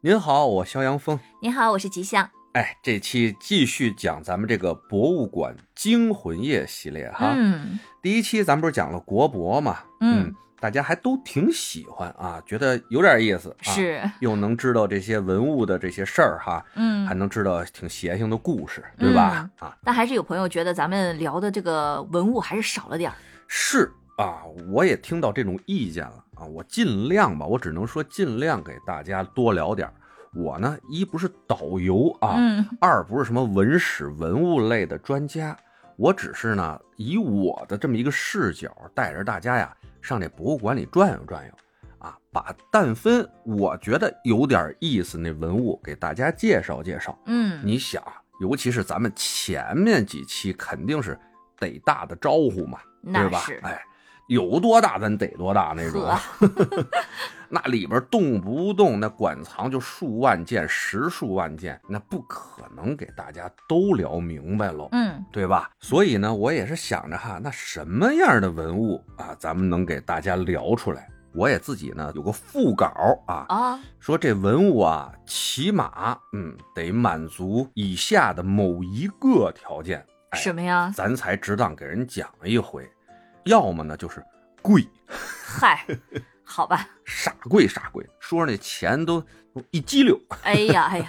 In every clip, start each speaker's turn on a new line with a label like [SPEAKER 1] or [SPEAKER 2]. [SPEAKER 1] 您好，我肖阳峰。
[SPEAKER 2] 你好，我是吉祥。
[SPEAKER 1] 哎，这期继续讲咱们这个博物馆惊魂夜系列哈。
[SPEAKER 2] 嗯
[SPEAKER 1] 第一期咱们不是讲了国博嘛？
[SPEAKER 2] 嗯，
[SPEAKER 1] 大家还都挺喜欢啊，觉得有点意思、啊。，
[SPEAKER 2] 是，
[SPEAKER 1] 又能知道这些文物的这些事儿哈，还
[SPEAKER 2] 嗯，
[SPEAKER 1] 能知道挺邪性的故事，对吧？啊，
[SPEAKER 2] 但还是有朋友觉得咱们聊的这个文物还是少了点儿。
[SPEAKER 1] 是啊，我也听到这种意见了啊，我尽量吧，我只能说尽量给大家多聊点儿。我呢，一不是导游啊，
[SPEAKER 2] 嗯
[SPEAKER 1] 二不是什么文史文物类的专家，我只是呢以我的这么一个视角，带着大家呀上这博物馆里转悠转悠，啊，把但分我觉得有点意思那文物给大家介绍介绍。
[SPEAKER 2] 嗯，
[SPEAKER 1] 你想，尤其是咱们前面几期肯定是得大的招呼嘛，对
[SPEAKER 2] 那
[SPEAKER 1] 吧
[SPEAKER 2] 是？
[SPEAKER 1] 哎，有多大咱得多大那种。啊 那里边动不动那馆藏就数万件、十数万件，那不可能给大家都聊明白喽，
[SPEAKER 2] 嗯
[SPEAKER 1] 对吧？所以呢，我也是想着哈，那什么样的文物啊，咱们能给大家聊出来？我也自己呢有个副稿啊，
[SPEAKER 2] 啊，
[SPEAKER 1] 说这文物啊，起码嗯得满足以下的某一个条件，哎
[SPEAKER 2] 什么呀？
[SPEAKER 1] 咱才值当给人讲一回。要么呢就是贵，
[SPEAKER 2] 嗨，好吧。
[SPEAKER 1] 傻贵傻贵，说那钱都一激溜。
[SPEAKER 2] 哎呀哎 呀，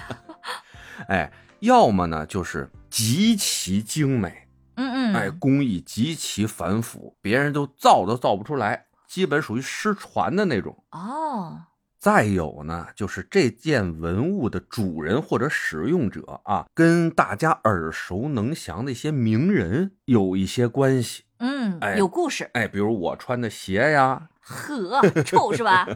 [SPEAKER 1] 哎，要么呢就是极其精美，
[SPEAKER 2] 嗯
[SPEAKER 1] 哎，
[SPEAKER 2] 嗯，
[SPEAKER 1] 工艺极其繁复，别人都造都造不出来，基本属于失传的那种。
[SPEAKER 2] 哦，
[SPEAKER 1] 再有呢，就是这件文物的主人或者使用者啊，跟大家耳熟能详的一些名人有一些关系。
[SPEAKER 2] 嗯
[SPEAKER 1] 哎，
[SPEAKER 2] 有故事。
[SPEAKER 1] 哎，比如我穿的鞋呀，
[SPEAKER 2] 呵，臭是 吧？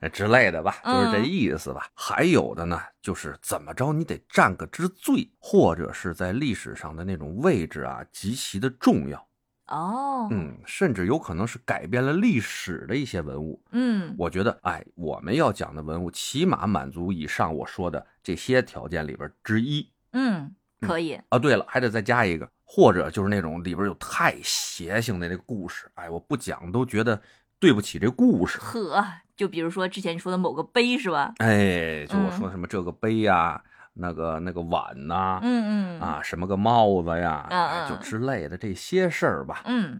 [SPEAKER 1] 哎之类的吧，就是这
[SPEAKER 2] 嗯
[SPEAKER 1] 意思吧。还有的呢，就是怎么着你得占个之最，或者是在历史上的那种位置啊，极其的重要。
[SPEAKER 2] 哦，
[SPEAKER 1] 嗯，甚至有可能是改变了历史的一些文物。
[SPEAKER 2] 嗯
[SPEAKER 1] 我觉得，哎，我们要讲的文物，起码满足以上我说的这些条件里边之一
[SPEAKER 2] 嗯，可以。
[SPEAKER 1] 啊。对了，还得再加一个，或者就是那种里边有太邪性的那个故事，哎，我不讲都觉得对不起这故事。
[SPEAKER 2] 呵，就比如说之前你说的某个碑是吧？
[SPEAKER 1] 哎，就我
[SPEAKER 2] 嗯
[SPEAKER 1] 说什么这个杯呀、那个那个碗呐、啊，
[SPEAKER 2] 嗯嗯，
[SPEAKER 1] 什么个帽子呀，
[SPEAKER 2] 嗯
[SPEAKER 1] 哎就
[SPEAKER 2] 嗯
[SPEAKER 1] 之类的这些事儿吧。
[SPEAKER 2] 嗯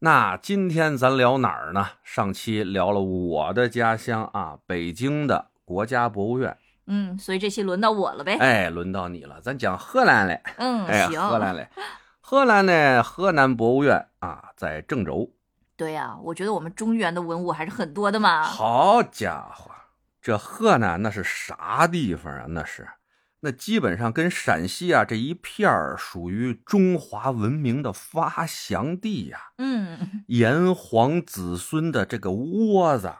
[SPEAKER 1] 那今天咱聊哪儿呢？上期聊了我的家乡啊，北京的国家博物院。
[SPEAKER 2] 嗯，所以这期轮到我了呗。
[SPEAKER 1] 哎，轮到你了，咱讲荷兰嘞。
[SPEAKER 2] 嗯，
[SPEAKER 1] 哎，
[SPEAKER 2] 行。
[SPEAKER 1] 荷兰嘞，荷兰呢，河南博物院啊，在郑州。
[SPEAKER 2] 对呀、我觉得我们中原的文物还是很多的嘛。
[SPEAKER 1] 好家伙，这河南那是啥地方啊？那是，那基本上跟陕西啊这一片儿属于中华文明的发祥地呀、
[SPEAKER 2] 嗯，
[SPEAKER 1] 炎黄子孙的这个窝子。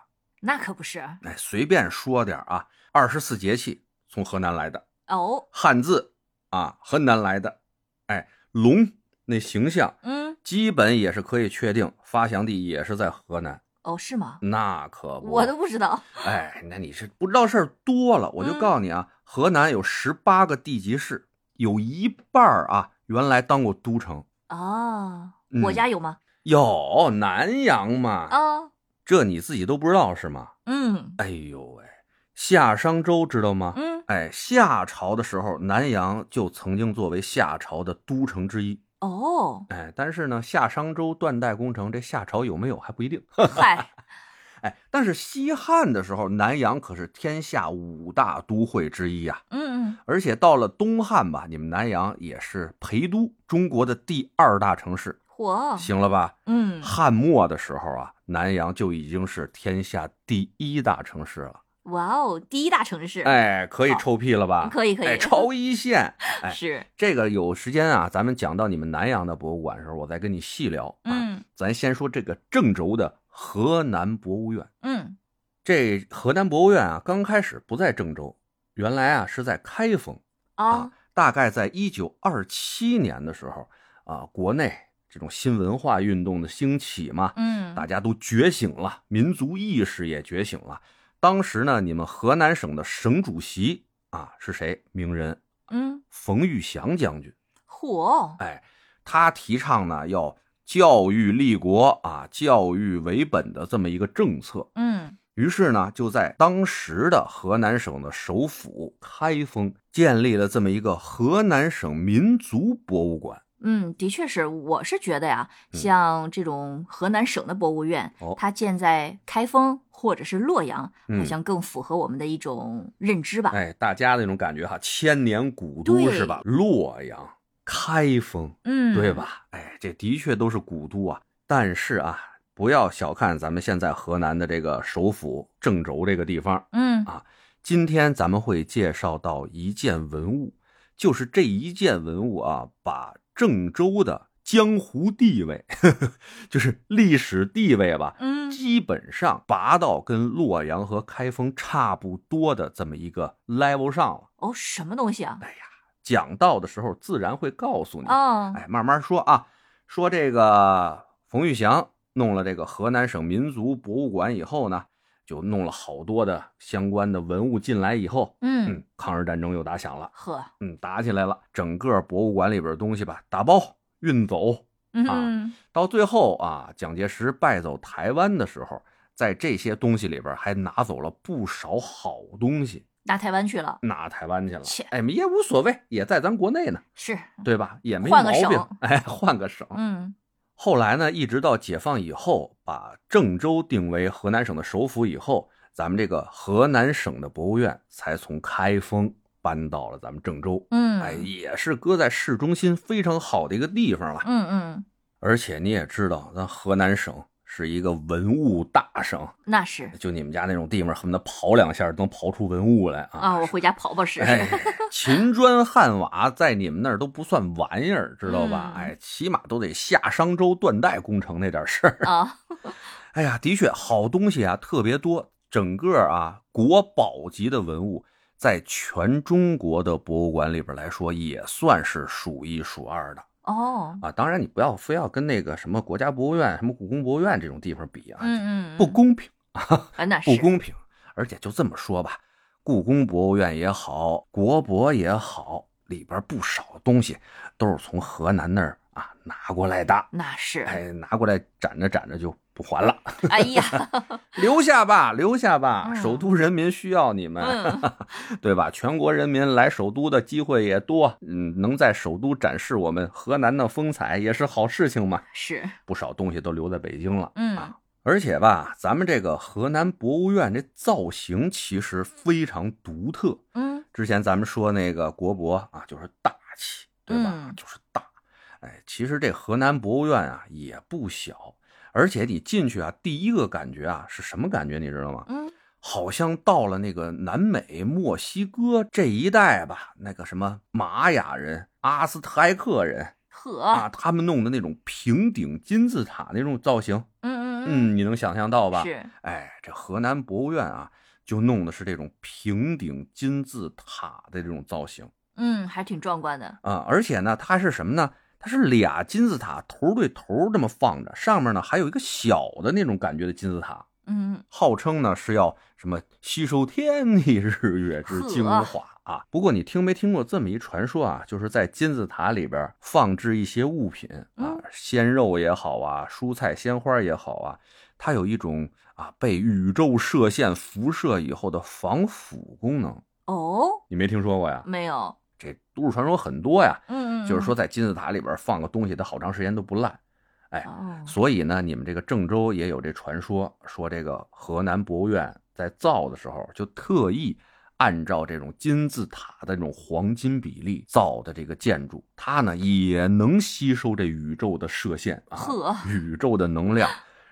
[SPEAKER 2] 那可不是
[SPEAKER 1] 哎，随便说点儿啊，二十四节气从河南来的，
[SPEAKER 2] 哦。
[SPEAKER 1] 汉字啊，河南来的。哎，龙那形象
[SPEAKER 2] 嗯，
[SPEAKER 1] 基本也是可以确定，发祥地也是在河南。
[SPEAKER 2] 哦，是吗？
[SPEAKER 1] 那可不，
[SPEAKER 2] 我都不知道。
[SPEAKER 1] 哎，那你是不知道事儿多了。我就
[SPEAKER 2] 嗯
[SPEAKER 1] 告诉你啊，河南有十八个地级市，有一半儿啊原来当过都城。
[SPEAKER 2] 哦，
[SPEAKER 1] 嗯
[SPEAKER 2] 我家有吗？
[SPEAKER 1] 有南阳嘛？
[SPEAKER 2] 哦，
[SPEAKER 1] 这你自己都不知道是吗？
[SPEAKER 2] 嗯
[SPEAKER 1] 哎呦喂，夏商周知道吗？
[SPEAKER 2] 嗯，
[SPEAKER 1] 哎，夏朝的时候，南阳就曾经作为夏朝的都城之一。
[SPEAKER 2] 哦，
[SPEAKER 1] 哎，但是呢，夏商周断代工程，这夏朝有没有还不一定。
[SPEAKER 2] 嗨，
[SPEAKER 1] 哎，但是西汉的时候，南阳可是天下五大都会之一啊。
[SPEAKER 2] 嗯
[SPEAKER 1] 而且到了东汉吧，你们南阳也是陪都，中国的第二大城市，
[SPEAKER 2] 嗯，火，
[SPEAKER 1] 行了吧？
[SPEAKER 2] 嗯，
[SPEAKER 1] 汉末的时候啊，南阳就已经是天下第一大城市了，
[SPEAKER 2] 哇哦，第一大城市，
[SPEAKER 1] 哎，可以
[SPEAKER 2] 好嗯
[SPEAKER 1] 臭屁了吧？
[SPEAKER 2] 可以可以
[SPEAKER 1] 哎，超一线，哎，
[SPEAKER 2] 是，
[SPEAKER 1] 这个有时间啊，咱们讲到你们南阳的博物馆的时候，我再跟你细聊啊。
[SPEAKER 2] 嗯
[SPEAKER 1] 咱先说这个郑州的河南博物院，
[SPEAKER 2] 嗯，
[SPEAKER 1] 这河南博物院啊，刚开始不在郑州，原来啊是在开封。啊
[SPEAKER 2] 哦，，
[SPEAKER 1] 大概在一九二七年的时候啊，国内这种新文化运动的兴起嘛，
[SPEAKER 2] 嗯，
[SPEAKER 1] 大家都觉醒了，民族意识也觉醒了。当时呢，你们河南省的省主席啊是谁？名人
[SPEAKER 2] 嗯，
[SPEAKER 1] 冯玉祥将军，
[SPEAKER 2] 火，
[SPEAKER 1] 哎他提倡呢要教育立国啊，教育为本的这么一个政策。
[SPEAKER 2] 嗯
[SPEAKER 1] 于是呢，就在当时的河南省的首府开封建立了这么一个河南省民族博物馆。
[SPEAKER 2] 嗯，的确是，我是觉得呀，
[SPEAKER 1] 嗯
[SPEAKER 2] 像这种河南省的博物院，
[SPEAKER 1] 哦
[SPEAKER 2] 它建在开封或者是洛阳，好
[SPEAKER 1] 嗯
[SPEAKER 2] 像更符合我们的一种认知吧。
[SPEAKER 1] 哎，大家那种感觉哈，千年古都
[SPEAKER 2] 对
[SPEAKER 1] 是吧？洛阳、开封，
[SPEAKER 2] 嗯，
[SPEAKER 1] 对？吧？哎，这的确都是古都啊。但是啊，不要小看咱们现在河南的这个首府郑州这个地方。
[SPEAKER 2] 嗯
[SPEAKER 1] 啊今天咱们会介绍到一件文物，就是这一件文物啊，把郑州的江湖地位， 就是历史地位吧，
[SPEAKER 2] 嗯
[SPEAKER 1] 基本上拔到跟洛阳和开封差不多的这么一个 level 上了。
[SPEAKER 2] 哦，什么东西
[SPEAKER 1] 哎
[SPEAKER 2] 啊？
[SPEAKER 1] 讲到的时候自然会告诉你。
[SPEAKER 2] 哦，
[SPEAKER 1] 哎，慢慢说啊，说这个冯玉祥弄了这个河南省民族博物馆以后呢，就弄了好多的相关的文物进来以后，
[SPEAKER 2] 嗯，
[SPEAKER 1] 嗯，抗日战争又打响了，
[SPEAKER 2] 呵，
[SPEAKER 1] 嗯，打起来了，整个博物馆里边的东西吧，打包运走，
[SPEAKER 2] 嗯哼，
[SPEAKER 1] 到最后啊，蒋介石败走台湾的时候，在这些东西里边还拿走了不少好东西，
[SPEAKER 2] 拿台湾去了，
[SPEAKER 1] 拿台湾去了
[SPEAKER 2] 切，
[SPEAKER 1] 哎，也无所谓，也在咱国内呢，
[SPEAKER 2] 是，
[SPEAKER 1] 对吧？也没毛
[SPEAKER 2] 换个
[SPEAKER 1] 病
[SPEAKER 2] 省，
[SPEAKER 1] 哎，换个省，
[SPEAKER 2] 嗯
[SPEAKER 1] 后来呢，一直到解放以后，把郑州定为河南省的首府以后，咱们这个河南省的博物院才从开封搬到了咱们郑州。
[SPEAKER 2] 嗯，
[SPEAKER 1] 哎，也是搁在市中心非常好的一个地方了。
[SPEAKER 2] 嗯嗯，
[SPEAKER 1] 而且你也知道，咱河南省是一个文物大省，
[SPEAKER 2] 那是
[SPEAKER 1] 就你们家那种地方，恨不得刨两下都能刨出文物来啊！
[SPEAKER 2] 啊，我回家跑跑试
[SPEAKER 1] 哎
[SPEAKER 2] 试。，
[SPEAKER 1] 秦砖汉瓦在你们那儿都不算玩意儿，知道吧？
[SPEAKER 2] 嗯
[SPEAKER 1] 哎，起码都得下商周断代工程那点事儿。
[SPEAKER 2] 啊，
[SPEAKER 1] 哎呀，的确，好东西啊特别多，整个啊国宝级的文物，在全中国的博物馆里边来说，也算是数一数二的
[SPEAKER 2] 哦，
[SPEAKER 1] 啊。当然，你不要非要跟那个什么国家博物院、什么故宫博物院这种地方比啊，
[SPEAKER 2] 嗯嗯，
[SPEAKER 1] 不公平，
[SPEAKER 2] 啊，那
[SPEAKER 1] 不
[SPEAKER 2] 是，
[SPEAKER 1] 公平。而且就这么说吧，故宫博物院也好，国博也好，里边不少东西都是从河南那儿啊拿过来的，
[SPEAKER 2] 那是，
[SPEAKER 1] 哎，拿过来展着展着就不还了。
[SPEAKER 2] 哎呀，
[SPEAKER 1] 留下吧，留下吧，
[SPEAKER 2] 嗯
[SPEAKER 1] 首都人民需要你们，
[SPEAKER 2] 嗯
[SPEAKER 1] 对吧？全国人民来首都的机会也多，嗯，能在首都展示我们河南的风采也是好事情嘛。
[SPEAKER 2] 是，
[SPEAKER 1] 不少东西都留在北京了，
[SPEAKER 2] 嗯
[SPEAKER 1] 啊而且吧，咱们这个河南博物院这造型其实非常独特。
[SPEAKER 2] 嗯
[SPEAKER 1] 之前咱们说那个国博啊，就是大气，对吧？
[SPEAKER 2] 嗯
[SPEAKER 1] 就是大。哎，其实这河南博物院啊也不小，而且你进去啊，第一个感觉啊是什么感觉？你知道吗？
[SPEAKER 2] 嗯，
[SPEAKER 1] 好像到了那个南美、墨西哥这一带吧，那个什么玛雅人、阿斯特埃克人啊，
[SPEAKER 2] 呵，
[SPEAKER 1] 他们弄的那种平顶金字塔那种造型，
[SPEAKER 2] 嗯嗯
[SPEAKER 1] 嗯，你能想象到吧？
[SPEAKER 2] 嗯，是，
[SPEAKER 1] 哎，这河南博物院啊，就弄的是这种平顶金字塔的这种造型
[SPEAKER 2] 嗯，还挺壮观的，
[SPEAKER 1] 啊，而且呢，它是什么呢？它是俩金字塔头对头这么放着，上面呢还有一个小的那种感觉的金字塔，
[SPEAKER 2] 嗯
[SPEAKER 1] 号称呢是要什么吸收天地日月之精华啊。不过你听没听过这么一传说啊？就是在金字塔里边放置一些物品啊
[SPEAKER 2] 嗯，
[SPEAKER 1] 鲜肉也好啊，蔬菜鲜花也好啊，它有一种啊被宇宙射线辐射以后的防腐功能。
[SPEAKER 2] 哦，
[SPEAKER 1] 你没听说过呀？
[SPEAKER 2] 没有，
[SPEAKER 1] 这都市传说很多呀，
[SPEAKER 2] 嗯嗯，
[SPEAKER 1] 就是说在金字塔里边放个东西，它好长时间都不烂。哎
[SPEAKER 2] 嗯，，哦，
[SPEAKER 1] 所以呢，你们这个郑州也有这传说，说这个河南博物院在造的时候就特意按照这种金字塔的这种黄金比例造的这个建筑，它呢也能吸收这宇宙的射线啊，
[SPEAKER 2] 呵，
[SPEAKER 1] 宇宙的能量，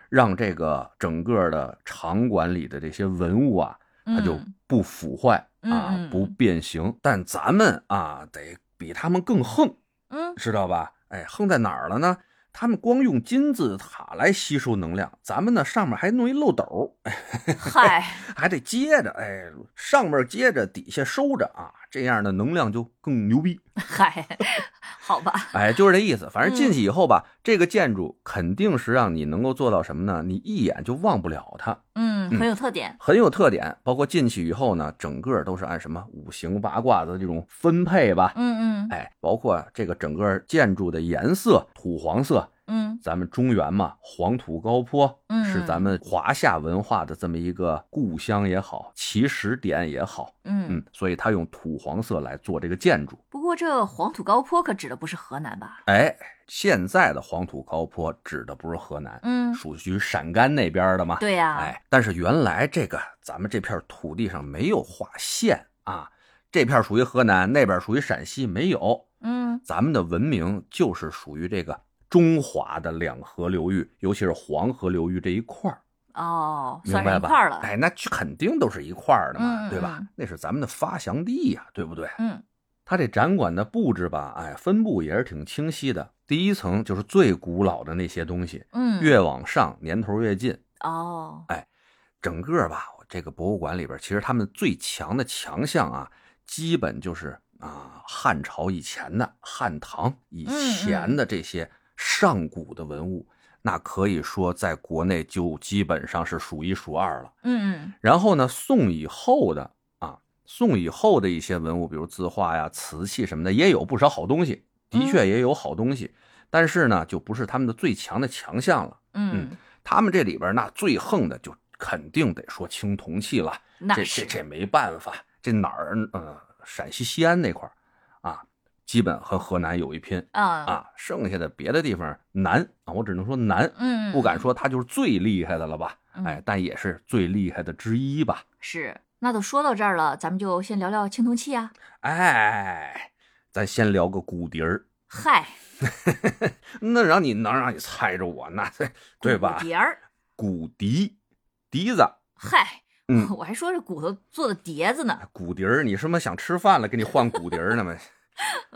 [SPEAKER 1] 让这个整个的场馆里的这些文物啊，它就
[SPEAKER 2] 嗯
[SPEAKER 1] 不腐坏啊
[SPEAKER 2] 嗯嗯，
[SPEAKER 1] 不变形。但咱们啊，得比他们更横。
[SPEAKER 2] 嗯，
[SPEAKER 1] 知道吧？哎，横在哪儿了呢？他们光用金字塔来吸收能量，咱们呢上面还弄一漏斗，哎
[SPEAKER 2] 嗨，
[SPEAKER 1] 还得接着，哎，上面接着，底下收着啊，这样的能量就更牛逼。
[SPEAKER 2] 嗨， 好吧，
[SPEAKER 1] 哎，就是这意思。反正进去以后吧，这个建筑肯定是让你能够做到什么呢？你一眼就忘不了它，
[SPEAKER 2] 嗯，
[SPEAKER 1] 嗯
[SPEAKER 2] 很有特点，
[SPEAKER 1] 很有特点。包括进去以后呢，整个都是按什么五行八卦的这种分配吧，哎
[SPEAKER 2] 嗯嗯，
[SPEAKER 1] 哎，包括这个整个建筑的颜色，土黄色，
[SPEAKER 2] 嗯
[SPEAKER 1] 咱们中原嘛，黄土高坡，
[SPEAKER 2] 嗯
[SPEAKER 1] 是咱们华夏文化的这么一个故乡也好，起始点也好，
[SPEAKER 2] 嗯
[SPEAKER 1] 嗯，，所以它用土黄色来做这个建筑。
[SPEAKER 2] 不过这黄土高坡可指的不是河南吧？
[SPEAKER 1] 哎，现在的黄土高坡指的不是河南，
[SPEAKER 2] 嗯，
[SPEAKER 1] 属于陕甘那边的嘛。
[SPEAKER 2] 对啊呀、
[SPEAKER 1] 哎，但是原来这个咱们这片土地上没有划线啊，这片属于河南，那边属于陕西，没有。
[SPEAKER 2] 嗯
[SPEAKER 1] 咱们的文明就是属于这个中华的两河流域，尤其是黄河流域这一块儿，
[SPEAKER 2] 哦，
[SPEAKER 1] 明
[SPEAKER 2] 算
[SPEAKER 1] 白
[SPEAKER 2] 上一
[SPEAKER 1] 吧？
[SPEAKER 2] 块儿了，
[SPEAKER 1] 哎，那就肯定都是一块儿的嘛，
[SPEAKER 2] 嗯
[SPEAKER 1] 对吧
[SPEAKER 2] 嗯？
[SPEAKER 1] 那是咱们的发祥地呀、对不对？
[SPEAKER 2] 嗯
[SPEAKER 1] 它这展馆的布置吧，哎，分布也是挺清晰的。第一层就是最古老的那些东西，
[SPEAKER 2] 嗯，
[SPEAKER 1] 越哎往上年头越近。
[SPEAKER 2] 哦，
[SPEAKER 1] 整个吧，这个博物馆里边，其实他们最强的强项啊，基本就是啊汉朝以前的汉唐以
[SPEAKER 2] 嗯
[SPEAKER 1] 前的这些上古的文物，那可以说在国内就基本上是数一数二了。
[SPEAKER 2] 嗯
[SPEAKER 1] 然后呢，宋以后的啊，宋以后的一些文物，比如字画呀、瓷器什么的，也有不少好东西，
[SPEAKER 2] 嗯
[SPEAKER 1] 的确也有好东西，但是呢，就不是他们的最强的强项了。
[SPEAKER 2] 嗯嗯，
[SPEAKER 1] 他们这里边那最横的就肯定得说青铜器了，
[SPEAKER 2] 那
[SPEAKER 1] 这
[SPEAKER 2] 是
[SPEAKER 1] 这这没办法，这哪儿呃陕西西安那块儿啊，基本和河南有一拼
[SPEAKER 2] 啊
[SPEAKER 1] 啊，剩下的别的地方难啊，我只能说难，
[SPEAKER 2] 嗯，
[SPEAKER 1] 不敢说它就是最厉害的了吧，
[SPEAKER 2] 嗯
[SPEAKER 1] 哎，但也是最厉害的之一吧，
[SPEAKER 2] 是。那都说到这儿了，咱们就先聊聊青铜器啊。
[SPEAKER 1] 哎，咱先聊个骨笛儿，
[SPEAKER 2] 嗨，
[SPEAKER 1] 那让你能让你猜着我，那对对
[SPEAKER 2] 骨
[SPEAKER 1] 吧？
[SPEAKER 2] 碟儿，
[SPEAKER 1] 骨笛，笛子。
[SPEAKER 2] 嗨，
[SPEAKER 1] 嗯
[SPEAKER 2] 我还说是骨头做的碟子呢。
[SPEAKER 1] 骨笛儿，你是不是想吃饭了？给你换骨笛儿 呢嘛？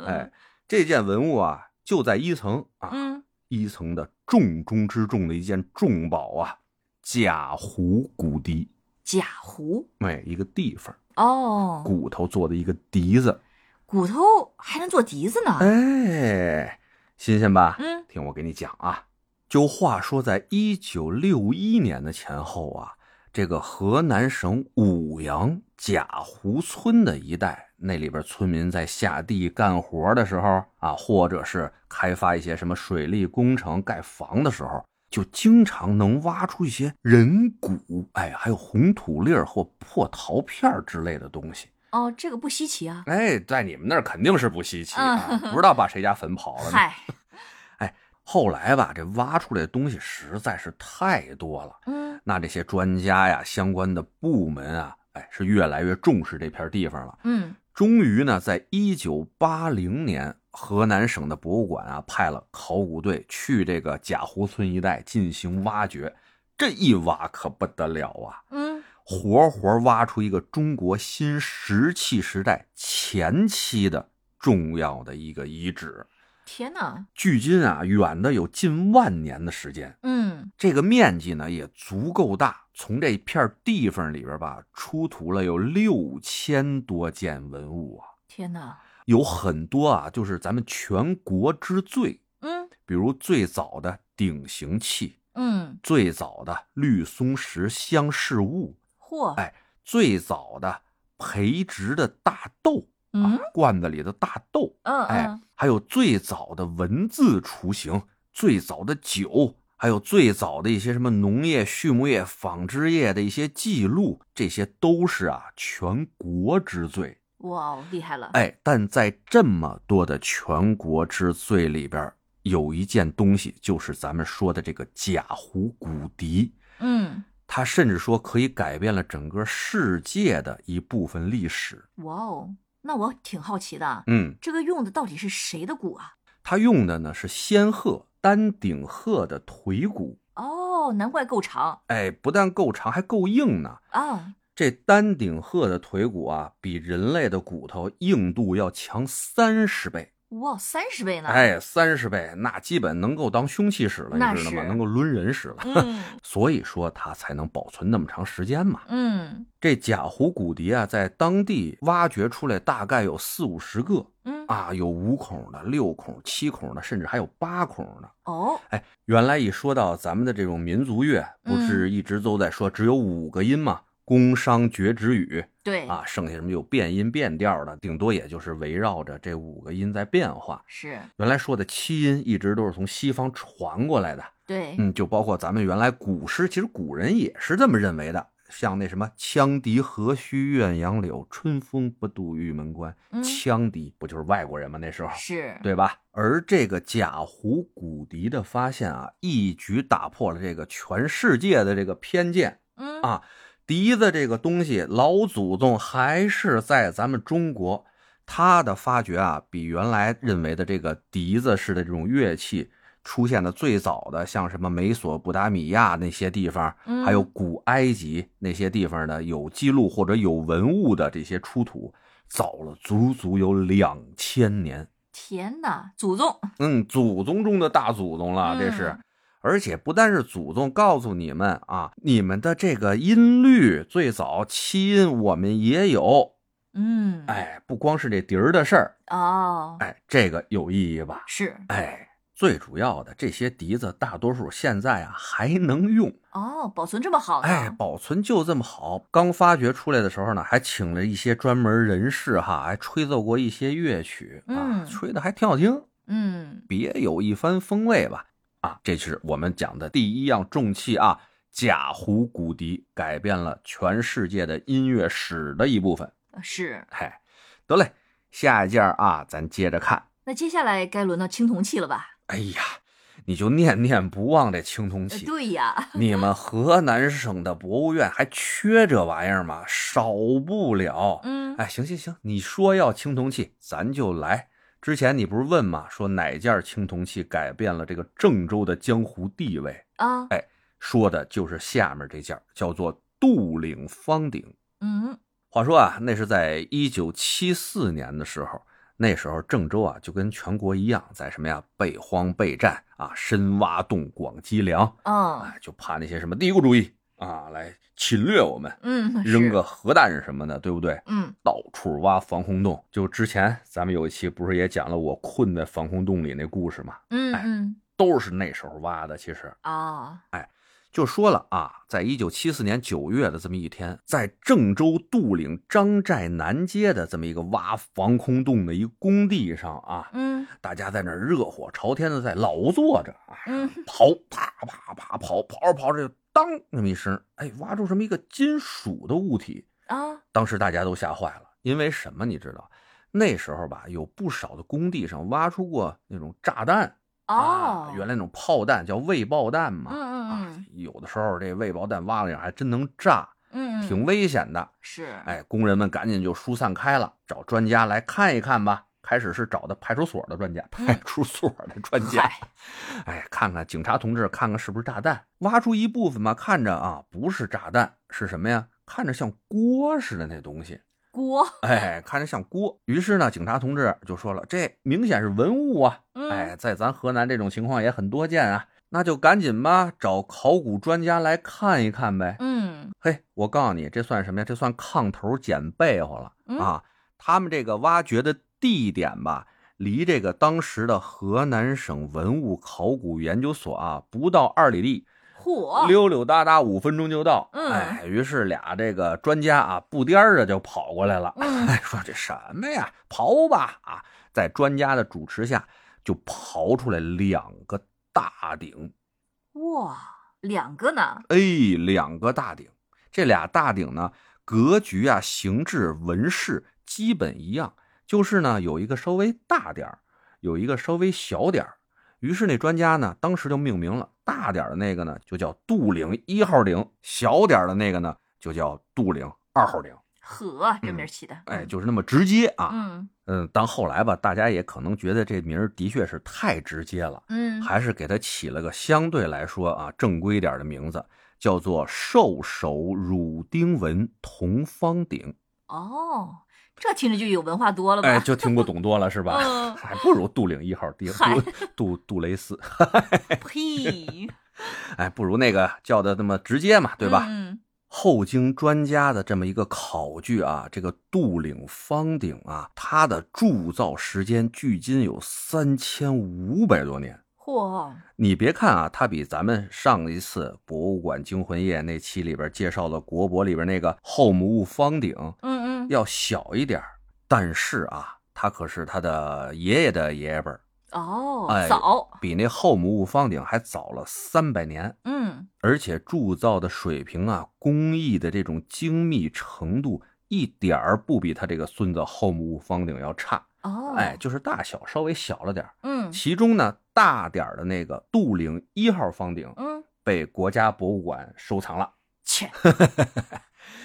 [SPEAKER 1] 哎，这件文物啊，就在一层啊，
[SPEAKER 2] 嗯，
[SPEAKER 1] 一层的重中之重的一件重宝啊，贾湖骨笛，
[SPEAKER 2] 假壶
[SPEAKER 1] 哎，一个地方
[SPEAKER 2] 哦，
[SPEAKER 1] 骨头做的一个笛子，
[SPEAKER 2] 骨头还能做笛子呢。
[SPEAKER 1] 哎，新鲜吧？
[SPEAKER 2] 嗯
[SPEAKER 1] 听我给你讲啊，就话说在一九六一年的前后啊，这个河南省舞阳贾湖村的一带，那里边村民在下地干活的时候啊，或者是开发一些什么水利工程、盖房的时候。就经常能挖出一些人骨，哎，还有红土粒儿或破陶片儿之类的东西。
[SPEAKER 2] 哦，这个不稀奇啊。
[SPEAKER 1] 哎，在你们那儿肯定是不稀奇啊，不知道把谁家坟刨 了呢。
[SPEAKER 2] 嗨，
[SPEAKER 1] 后来吧，这挖出来的东西实在是太多了，
[SPEAKER 2] 嗯
[SPEAKER 1] 那这些专家呀、相关的部门啊，哎，是越来越重视这片地方了。
[SPEAKER 2] 嗯
[SPEAKER 1] 终于呢，在一九八零年，河南省的博物馆啊，派了考古队去这个贾湖村一带进行挖掘。这一挖可不得了啊，
[SPEAKER 2] 嗯，
[SPEAKER 1] 活活挖出一个中国新石器时代前期的重要的一个遗址。
[SPEAKER 2] 天哪，
[SPEAKER 1] 距今啊，远的有近万年的时间，
[SPEAKER 2] 嗯
[SPEAKER 1] 这个面积呢也足够大。从这片地方里边吧，出土了有六千多件文物啊，
[SPEAKER 2] 天哪，
[SPEAKER 1] 有很多啊，就是咱们全国之最，
[SPEAKER 2] 嗯
[SPEAKER 1] 比如最早的鼎形器，
[SPEAKER 2] 嗯，
[SPEAKER 1] 最早的绿松石相似物，
[SPEAKER 2] 嚯，
[SPEAKER 1] 哎最早的培植的大豆啊
[SPEAKER 2] 嗯，
[SPEAKER 1] 罐子里的大豆，
[SPEAKER 2] 嗯
[SPEAKER 1] 哎
[SPEAKER 2] 嗯，，
[SPEAKER 1] 还有最早的文字雏形，最早的酒，还有最早的一些什么农业、畜牧业、纺织业的一些记录，这些都是啊全国之最。
[SPEAKER 2] 哇哦，厉害了。
[SPEAKER 1] 哎，但在这么多的全国之最里边，有一件东西就是咱们说的这个贾湖骨笛，
[SPEAKER 2] 嗯，
[SPEAKER 1] 它甚至说可以改变了整个世界的一部分历史。
[SPEAKER 2] 哇哦，那我挺好奇的，
[SPEAKER 1] 嗯，
[SPEAKER 2] 这个用的到底是谁的骨啊？
[SPEAKER 1] 它用的呢是仙鹤丹顶鹤的腿骨，
[SPEAKER 2] 哦，难怪够长
[SPEAKER 1] 哎，不但够长，还够硬呢。
[SPEAKER 2] 啊。
[SPEAKER 1] 这丹顶鹤的腿骨啊，比人类的骨头硬度要强三十倍，
[SPEAKER 2] 哇，三十倍呢！，
[SPEAKER 1] 哎，三十倍，那基本能够当凶器使了，
[SPEAKER 2] 那
[SPEAKER 1] 你知道吗？
[SPEAKER 2] 是
[SPEAKER 1] 能够抡人使了，
[SPEAKER 2] 嗯
[SPEAKER 1] 所以说它才能保存那么长时间嘛。
[SPEAKER 2] 嗯
[SPEAKER 1] 这贾湖骨笛啊，在当地挖掘出来大概有四五十个
[SPEAKER 2] 嗯，
[SPEAKER 1] 啊，有五孔的、六孔、七孔的，甚至还有八孔的。
[SPEAKER 2] 哦，
[SPEAKER 1] 哎，
[SPEAKER 2] 嗯
[SPEAKER 1] 原来一说到咱们的这种民族乐，不是一直都在说只有五个音吗？工商角徵羽
[SPEAKER 2] 对，
[SPEAKER 1] 啊，剩下什么有变音变调的，顶多也就是围绕着这五个音在变化。
[SPEAKER 2] 是，
[SPEAKER 1] 原来说的七音一直都是从西方传过
[SPEAKER 2] 哎
[SPEAKER 1] 来的，
[SPEAKER 2] 对，
[SPEAKER 1] 嗯，就包括咱们原来古诗，其实古人也是这么认为的。像那什么“羌笛何须怨杨柳，春风不度玉门关”，
[SPEAKER 2] 嗯
[SPEAKER 1] 羌笛不就是外国人吗？那时候
[SPEAKER 2] 是，
[SPEAKER 1] 对吧？而这个贾胡骨笛的发现啊，一举打破了这个全世界的这个偏见。
[SPEAKER 2] 嗯
[SPEAKER 1] 啊笛子这个东西，老祖宗还是在咱们中国，它的发掘啊，比原来认为的这个笛子式的这种乐器出现的最早的，像什么美索不达米亚那些地方，
[SPEAKER 2] 嗯
[SPEAKER 1] 还有古埃及那些地方呢，有记录或者有文物的这些出土，早了足足有两千年。
[SPEAKER 2] 天哪，祖宗，
[SPEAKER 1] 嗯，祖宗中的大祖宗了，这是。
[SPEAKER 2] 嗯
[SPEAKER 1] 而且不但是祖宗告诉你们啊，你们的这个音律最早七音我们也有，
[SPEAKER 2] 嗯，，
[SPEAKER 1] 哎，不光是这笛儿的事儿，
[SPEAKER 2] 哦，
[SPEAKER 1] 哎，这个有意义吧？
[SPEAKER 2] 是，
[SPEAKER 1] 哎，最主要的这些笛子大多数现在啊还能用，
[SPEAKER 2] 哦，保存这么好呢，
[SPEAKER 1] 哎，保存就这么好。刚发掘出来的时候呢，还请了一些专门人士哈，还吹奏过一些乐曲啊，
[SPEAKER 2] 嗯
[SPEAKER 1] 吹的还挺好听。
[SPEAKER 2] 嗯，
[SPEAKER 1] 别有一番风味吧。啊，这是我们讲的第一样重器啊，贾胡骨笛改变了全世界的音乐史的一部分。
[SPEAKER 2] 是。
[SPEAKER 1] 嘿，得嘞，下一件啊，咱接着看。
[SPEAKER 2] 那接下来该轮到青铜器了吧？
[SPEAKER 1] 哎呀，你就念念不忘这青铜
[SPEAKER 2] 呃
[SPEAKER 1] 器。
[SPEAKER 2] 对呀，
[SPEAKER 1] 你们河南省的博物院还缺这玩意儿吗？少不了。
[SPEAKER 2] 嗯，
[SPEAKER 1] 哎，行行行，你说要青铜器，咱就来。之前你不是问吗？说哪件青铜器改变了这个郑州的江湖地位？
[SPEAKER 2] 啊，
[SPEAKER 1] 哎说的就是下面这件，叫做杜岭方鼎。
[SPEAKER 2] 嗯，
[SPEAKER 1] 话说啊，那是在一九七四年的时候，那时候郑州啊就跟全国一样，在什么呀备荒备战啊，深挖洞广积粮，
[SPEAKER 2] 哦，
[SPEAKER 1] 哎，就怕那些什么帝国主义啊来侵略我们，
[SPEAKER 2] 嗯，
[SPEAKER 1] 扔
[SPEAKER 2] 是，
[SPEAKER 1] 个核弹什么的，对不对？
[SPEAKER 2] 嗯，
[SPEAKER 1] 到处挖防空洞。就之前咱们有一期不是也讲了我困在防空洞里那故事吗？
[SPEAKER 2] 嗯
[SPEAKER 1] 哎
[SPEAKER 2] 嗯，
[SPEAKER 1] 都是那时候挖的。其实
[SPEAKER 2] 哦，
[SPEAKER 1] 就说了啊，在一九七四年九月的这么一天，在郑州杜岭张寨南街的这么一个挖防空洞的一个工地上啊，
[SPEAKER 2] 嗯
[SPEAKER 1] 大家在那儿热火朝天的在劳作着啊，
[SPEAKER 2] 嗯，
[SPEAKER 1] 刨，啪啪啪刨，刨着刨着就当那么一声，哎，挖出这么一个金属的物体。
[SPEAKER 2] 啊，
[SPEAKER 1] 当时大家都吓坏了，因为什么？你知道，那时候吧，有不少的工地上挖出过那种炸弹
[SPEAKER 2] 哦
[SPEAKER 1] 啊，，原来那种炮弹叫未爆弹
[SPEAKER 2] 嗯
[SPEAKER 1] 嘛，啊
[SPEAKER 2] 嗯，
[SPEAKER 1] 有的时候这未爆弹挖了点儿还真能炸，
[SPEAKER 2] 嗯嗯，
[SPEAKER 1] 挺危险的。
[SPEAKER 2] 是，
[SPEAKER 1] 哎，工人们赶紧就疏散开了，找专家来看一看吧。开始是找的派出所的专家，
[SPEAKER 2] 嗯
[SPEAKER 1] 派出所的专家，
[SPEAKER 2] 嗨
[SPEAKER 1] 哎，看看警察同志，看看是不是炸弹。挖出一部分嘛，看着啊，不是炸弹，是什么呀？看着像锅似的那东西。
[SPEAKER 2] 锅，
[SPEAKER 1] 哎，看着像锅。于是呢，警察同志就说了，这明显是文物啊！
[SPEAKER 2] 嗯
[SPEAKER 1] 哎，在咱河南这种情况也很多见啊，那就赶紧吧，找考古专家来看一看呗。
[SPEAKER 2] 嗯
[SPEAKER 1] 嘿，我告诉你，这算什么呀？这算炕头捡被窝了、
[SPEAKER 2] 嗯
[SPEAKER 1] 啊！他们这个挖掘的地点吧，离这个当时的河南省文物考古研究所啊，不到二里地。
[SPEAKER 2] 嚯，
[SPEAKER 1] 溜溜达达五分钟就到。
[SPEAKER 2] 嗯
[SPEAKER 1] 哎，于是俩这个专家啊，不颠儿着就跑过来了。
[SPEAKER 2] 嗯
[SPEAKER 1] 哎，说这什么呀，刨吧啊！在专家的主持下，就刨出来两个大鼎，
[SPEAKER 2] 哇，两个呢，
[SPEAKER 1] 哎，两个大鼎。这俩大鼎呢，格局啊、形制、纹饰基本一样，就是呢有一个稍微大点儿，有一个稍微小点儿。于是那专家呢，当时就命名了大点儿的那个呢就叫杜陵一号鼎，小点儿的那个呢就叫杜陵二号鼎。
[SPEAKER 2] 呵，这
[SPEAKER 1] 嗯
[SPEAKER 2] 名儿起的，
[SPEAKER 1] 哎，
[SPEAKER 2] 嗯，
[SPEAKER 1] 就是那么直接啊。
[SPEAKER 2] 嗯
[SPEAKER 1] 嗯，但后来吧，大家也可能觉得这名儿的确是太直接了。
[SPEAKER 2] 嗯，
[SPEAKER 1] 还是给它起了个相对来说啊正规点儿的名字，叫做兽首乳钉纹铜方鼎。
[SPEAKER 2] 哦，这听着就有文化多了吧？
[SPEAKER 1] 哎，就听不懂多了是吧？
[SPEAKER 2] 嗯
[SPEAKER 1] 还不如杜岭一 号鼎，
[SPEAKER 2] 嗨
[SPEAKER 1] 杜杜杜蕾斯，
[SPEAKER 2] 呸，
[SPEAKER 1] 哎，不如那个叫的那么直接嘛，对吧？
[SPEAKER 2] 嗯
[SPEAKER 1] 后经专家的这么一个考据啊，这个杜岭方鼎啊，它的铸造时间距今有三千五百多年。
[SPEAKER 2] 嗯嚯，
[SPEAKER 1] 你别看啊，它比咱们上一次《博物馆惊魂夜》那期里边介绍的国博里边那个后母戊方鼎
[SPEAKER 2] 嗯嗯，
[SPEAKER 1] 要小一点儿，但是啊，它可是他的爷爷的爷爷辈儿，
[SPEAKER 2] 哦
[SPEAKER 1] 哎，
[SPEAKER 2] 早，
[SPEAKER 1] 比那后母戊方鼎还早了三百年。
[SPEAKER 2] 嗯，
[SPEAKER 1] 而且铸造的水平啊，工艺的这种精密程度，一点儿不比他这个孙子后母戊方鼎要差。
[SPEAKER 2] 哦，
[SPEAKER 1] 哎，，就是大小稍微小了点儿。
[SPEAKER 2] 嗯
[SPEAKER 1] 其中呢，大点儿的那个杜陵一号方鼎
[SPEAKER 2] 嗯，
[SPEAKER 1] 被国家博物馆收藏了，
[SPEAKER 2] 切，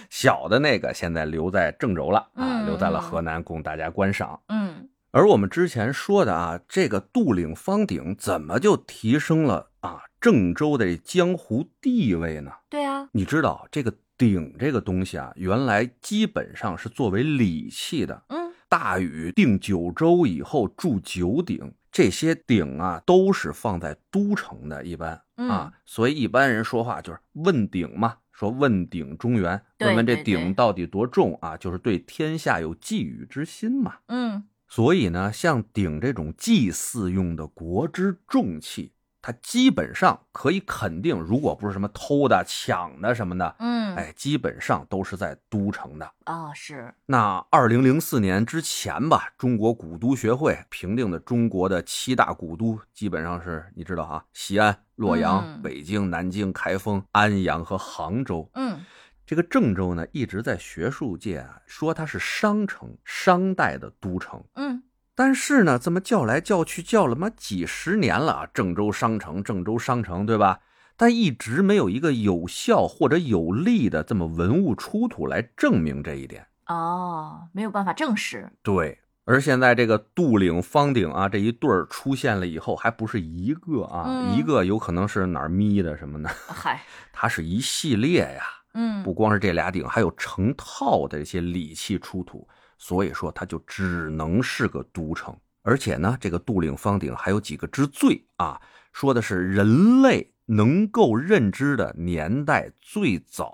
[SPEAKER 1] 小的那个现在留在郑州了啊，
[SPEAKER 2] 嗯
[SPEAKER 1] 留在了河南供大家观赏。
[SPEAKER 2] 嗯
[SPEAKER 1] 而我们之前说的啊，这个杜陵方鼎怎么就提升了啊郑州的江湖地位呢？
[SPEAKER 2] 对啊，
[SPEAKER 1] 你知道这个鼎这个东西啊，原来基本上是作为礼器的。
[SPEAKER 2] 嗯
[SPEAKER 1] 大禹定九州以后铸九鼎，这些鼎啊都是放在都城的，一般、
[SPEAKER 2] 嗯
[SPEAKER 1] 啊，所以一般人说话就是问鼎嘛，说问鼎中原，
[SPEAKER 2] 对
[SPEAKER 1] 问问这
[SPEAKER 2] 对对
[SPEAKER 1] 鼎到底多重啊，就是对天下有寄予之心嘛。
[SPEAKER 2] 嗯
[SPEAKER 1] 所以呢，像鼎这种祭祀用的国之重器，它基本上可以肯定，如果不是什么偷的、抢的什么的，
[SPEAKER 2] 嗯，，
[SPEAKER 1] 哎，基本上都是在都城的。
[SPEAKER 2] 哦，是，
[SPEAKER 1] 那二零零四年之前吧，中国古都学会评定的中国的七大古都，基本上是你知道啊，西安、洛阳、
[SPEAKER 2] 嗯
[SPEAKER 1] 北京、南京、开封、安阳和杭州。
[SPEAKER 2] 嗯
[SPEAKER 1] 这个郑州呢，一直在学术界啊说它是商城，商代的都城。
[SPEAKER 2] 嗯
[SPEAKER 1] 但是呢，这么叫来叫去，叫了妈几十年了啊！郑州商城，郑州商城，对吧？但一直没有一个有效或者有力的这么文物出土来证明这一点。
[SPEAKER 2] 哦，没有办法证实，
[SPEAKER 1] 对，而现在这个杜岭、方鼎啊这一对儿出现了以后，还不是一个啊，
[SPEAKER 2] 嗯
[SPEAKER 1] 一个有可能是哪儿眯的什么的，
[SPEAKER 2] 嗨，
[SPEAKER 1] 它是一系列呀。
[SPEAKER 2] 嗯，
[SPEAKER 1] 不光是这俩鼎，还有成套的这些礼器出土，所以说它就只能是个都城。而且呢，这个杜陵方鼎还有几个之最啊，说的是人类能够认知的年代最早、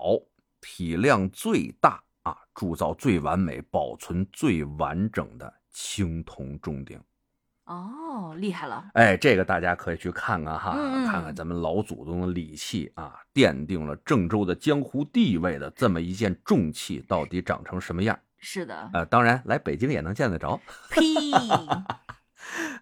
[SPEAKER 1] 体量最大啊、铸造最完美、保存最完整的青铜钟鼎。
[SPEAKER 2] 哦，厉害了，
[SPEAKER 1] 哎，这个大家可以去看看哈，
[SPEAKER 2] 嗯嗯
[SPEAKER 1] 看看咱们老祖宗的礼器啊，奠定了郑州的江湖地位的这么一件重器，到底长成什么样？
[SPEAKER 2] 是的，
[SPEAKER 1] 呃，当然来北京也能见得着。
[SPEAKER 2] 呸，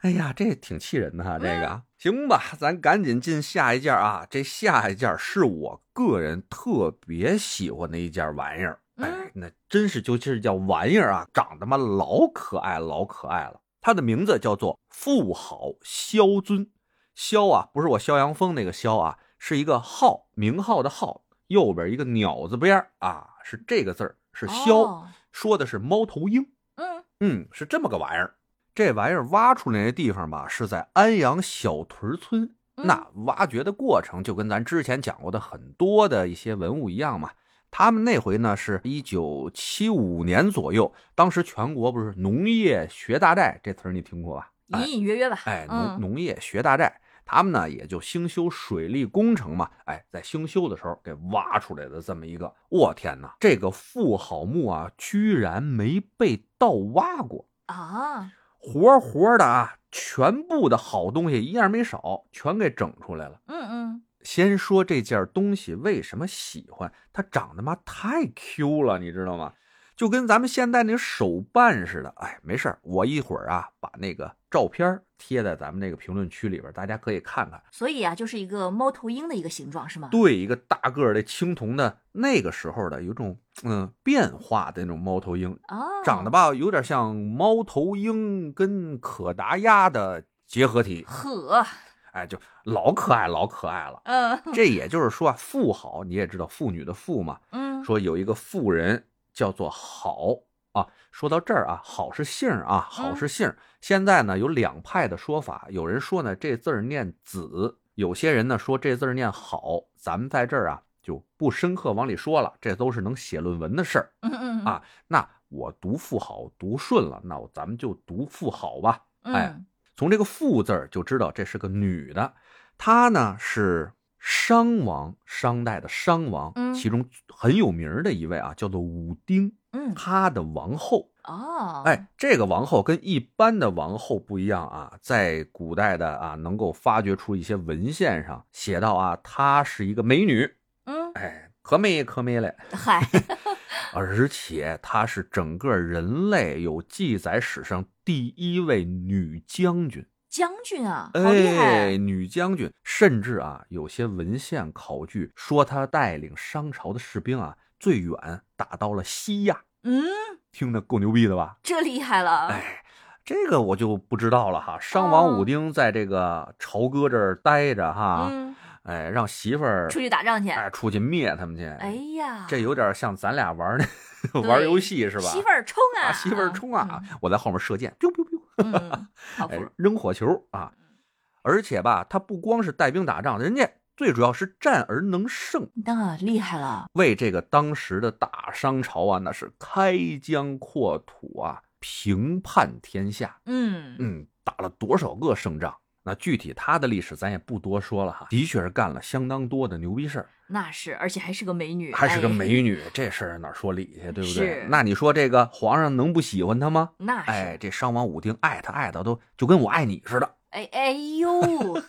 [SPEAKER 1] 哎呀，这挺气人的哈，这
[SPEAKER 2] 嗯
[SPEAKER 1] 个啊行吧，咱赶紧进下一件啊。这下一件是我个人特别喜欢的一件玩意儿，哎
[SPEAKER 2] 嗯，
[SPEAKER 1] 那真是就这叫玩意儿啊，长得妈老可爱老可爱了。它的名字叫做富好萧尊，萧啊，不是我萧阳峰那个萧啊，是一个号名号的号，右边一个鸟字边儿啊，是这个字儿， 是萧，
[SPEAKER 2] 哦
[SPEAKER 1] 说的是猫头鹰。
[SPEAKER 2] 嗯，
[SPEAKER 1] 嗯，是这么个玩意儿。这玩意儿挖出来的地方吧，是在安阳小屯村。
[SPEAKER 2] 嗯
[SPEAKER 1] 那挖掘的过程就跟咱之前讲过的很多的一些文物一样嘛。他们那回呢是一九七五年左右，当时全国不是农业学大寨这词儿你听过吧？哎
[SPEAKER 2] 嗯隐隐约约吧，
[SPEAKER 1] 哎，农
[SPEAKER 2] 嗯
[SPEAKER 1] 农业学大寨，他们呢也就兴修水利工程嘛，哎，在兴修的时候给挖出来的这么一个，我天哪，这个富好墓啊，居然没被盗挖过。
[SPEAKER 2] 啊，
[SPEAKER 1] 活活的啊，全部的好东西一样没少，全给整出来了。
[SPEAKER 2] 嗯嗯，
[SPEAKER 1] 先说这件东西为什么喜欢，它长得妈太 Q 了，你知道吗？就跟咱们现在那手办似的。哎，没事儿我一会儿啊把那个照片儿贴在咱们这个评论区里边儿，大家可以看看。
[SPEAKER 2] 所以啊，就是一个猫头鹰的一个形状是吗？
[SPEAKER 1] 对一个大个儿的青铜的那个时候的有种嗯变化的那种猫头鹰，
[SPEAKER 2] 哦，
[SPEAKER 1] 长得，吧有点像猫头鹰跟可达鸭的结合体。
[SPEAKER 2] 呵，
[SPEAKER 1] 哎，就老可爱，老可爱了。
[SPEAKER 2] 嗯
[SPEAKER 1] 这也就是说啊，妇好，你也知道妇女的妇嘛，
[SPEAKER 2] 嗯，
[SPEAKER 1] 说有一个妇人叫做好啊。说到这儿啊，好是姓儿啊，好
[SPEAKER 2] 嗯
[SPEAKER 1] 是姓儿。现在呢有两派的说法，有人说呢这字儿念子，有些人呢说这字儿念好。咱们在这儿啊就不深刻往里说了，这都是能写论文的事儿。
[SPEAKER 2] 嗯嗯
[SPEAKER 1] 啊那我读妇好读顺了，那我咱们就读妇好吧。
[SPEAKER 2] 嗯
[SPEAKER 1] 哎从这个“妇”字儿就知道这是个女的。她呢是商王，商代的商王，
[SPEAKER 2] 嗯
[SPEAKER 1] 其中很有名儿的一位啊，叫做武丁，
[SPEAKER 2] 嗯，
[SPEAKER 1] 他的王后，
[SPEAKER 2] 哦，
[SPEAKER 1] 哎，这个王后跟一般的王后不一样啊，在古代的啊，能够发掘出一些文献上写到啊，她是一个美女，
[SPEAKER 2] 嗯，
[SPEAKER 1] 哎，可美可美嘞，
[SPEAKER 2] 嗨，
[SPEAKER 1] 而且她是整个人类有记载史上第一位女将军。
[SPEAKER 2] 将军啊，好厉
[SPEAKER 1] 哎，
[SPEAKER 2] 害，
[SPEAKER 1] 女将军，甚至啊，有些文献考据说她带领商朝的士兵啊，最远打到了西亚，
[SPEAKER 2] 嗯，
[SPEAKER 1] 听着够牛逼的吧？
[SPEAKER 2] 这厉害了，
[SPEAKER 1] 哎，这个我就不知道了哈。商王
[SPEAKER 2] 哦
[SPEAKER 1] 武丁在这个朝歌这儿待着哈，
[SPEAKER 2] 嗯，
[SPEAKER 1] 哎，让媳妇儿
[SPEAKER 2] 出去打仗去，
[SPEAKER 1] 哎出去灭他们去。
[SPEAKER 2] 哎，呀，
[SPEAKER 1] 这有点像咱俩玩那
[SPEAKER 2] 对
[SPEAKER 1] 玩游戏是吧？
[SPEAKER 2] 媳妇儿冲啊，
[SPEAKER 1] 啊，媳妇儿冲啊！我在后面射箭，biu biu biu，
[SPEAKER 2] 嗯，嗯，嗯靠
[SPEAKER 1] 哎
[SPEAKER 2] 谱，，
[SPEAKER 1] 扔火球啊！
[SPEAKER 2] 嗯
[SPEAKER 1] 而且吧，他不光是带兵打仗，人家最主要是战而能胜，
[SPEAKER 2] 那厉害了，
[SPEAKER 1] 为这个当时的大商朝啊，那是开疆扩土啊，平叛天下。
[SPEAKER 2] 嗯，
[SPEAKER 1] 嗯，打了多少个胜仗？那具体他的历史咱也不多说了哈，的确是干了相当多的牛逼事儿，
[SPEAKER 2] 那是，而且还是个美女，
[SPEAKER 1] 还是个
[SPEAKER 2] 哎
[SPEAKER 1] 美 女，这事儿哪说理去，对不对
[SPEAKER 2] 是？
[SPEAKER 1] 那你说这个皇上能不喜欢她吗？
[SPEAKER 2] 那是，
[SPEAKER 1] 哎，这商王武丁爱她爱的都就跟我爱你似的，
[SPEAKER 2] 哎哎呦 呵，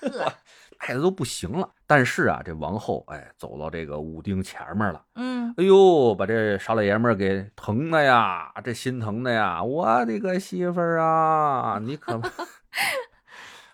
[SPEAKER 1] 爱的都不行了。但是啊，这王后哎走到这个武丁前面了，
[SPEAKER 2] 嗯，
[SPEAKER 1] 哎呦，把这傻老爷们儿给疼的呀，这心疼的呀，我的个媳妇儿啊，你可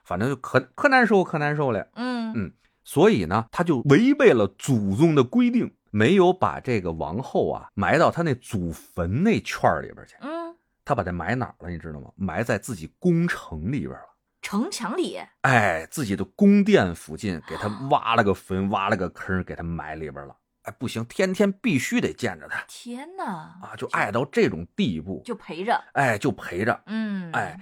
[SPEAKER 1] 反正就可可难受，可难受了。
[SPEAKER 2] 嗯
[SPEAKER 1] 嗯所以呢，他就违背了祖宗的规定，没有把这个王后啊埋到他那祖坟那圈儿里边去，
[SPEAKER 2] 嗯，
[SPEAKER 1] 他把这埋哪儿了，你知道吗？埋在自己宫城里边了。
[SPEAKER 2] 城墙里，
[SPEAKER 1] 哎，自己的宫殿附近给他
[SPEAKER 2] 啊
[SPEAKER 1] 挖了个坟，挖了个坑，给他埋里边了。哎，不行，天天必须得见着他
[SPEAKER 2] 天哪，
[SPEAKER 1] 啊，就爱到这种地步，
[SPEAKER 2] 就陪着，
[SPEAKER 1] 哎，就陪着。
[SPEAKER 2] 嗯，
[SPEAKER 1] 哎，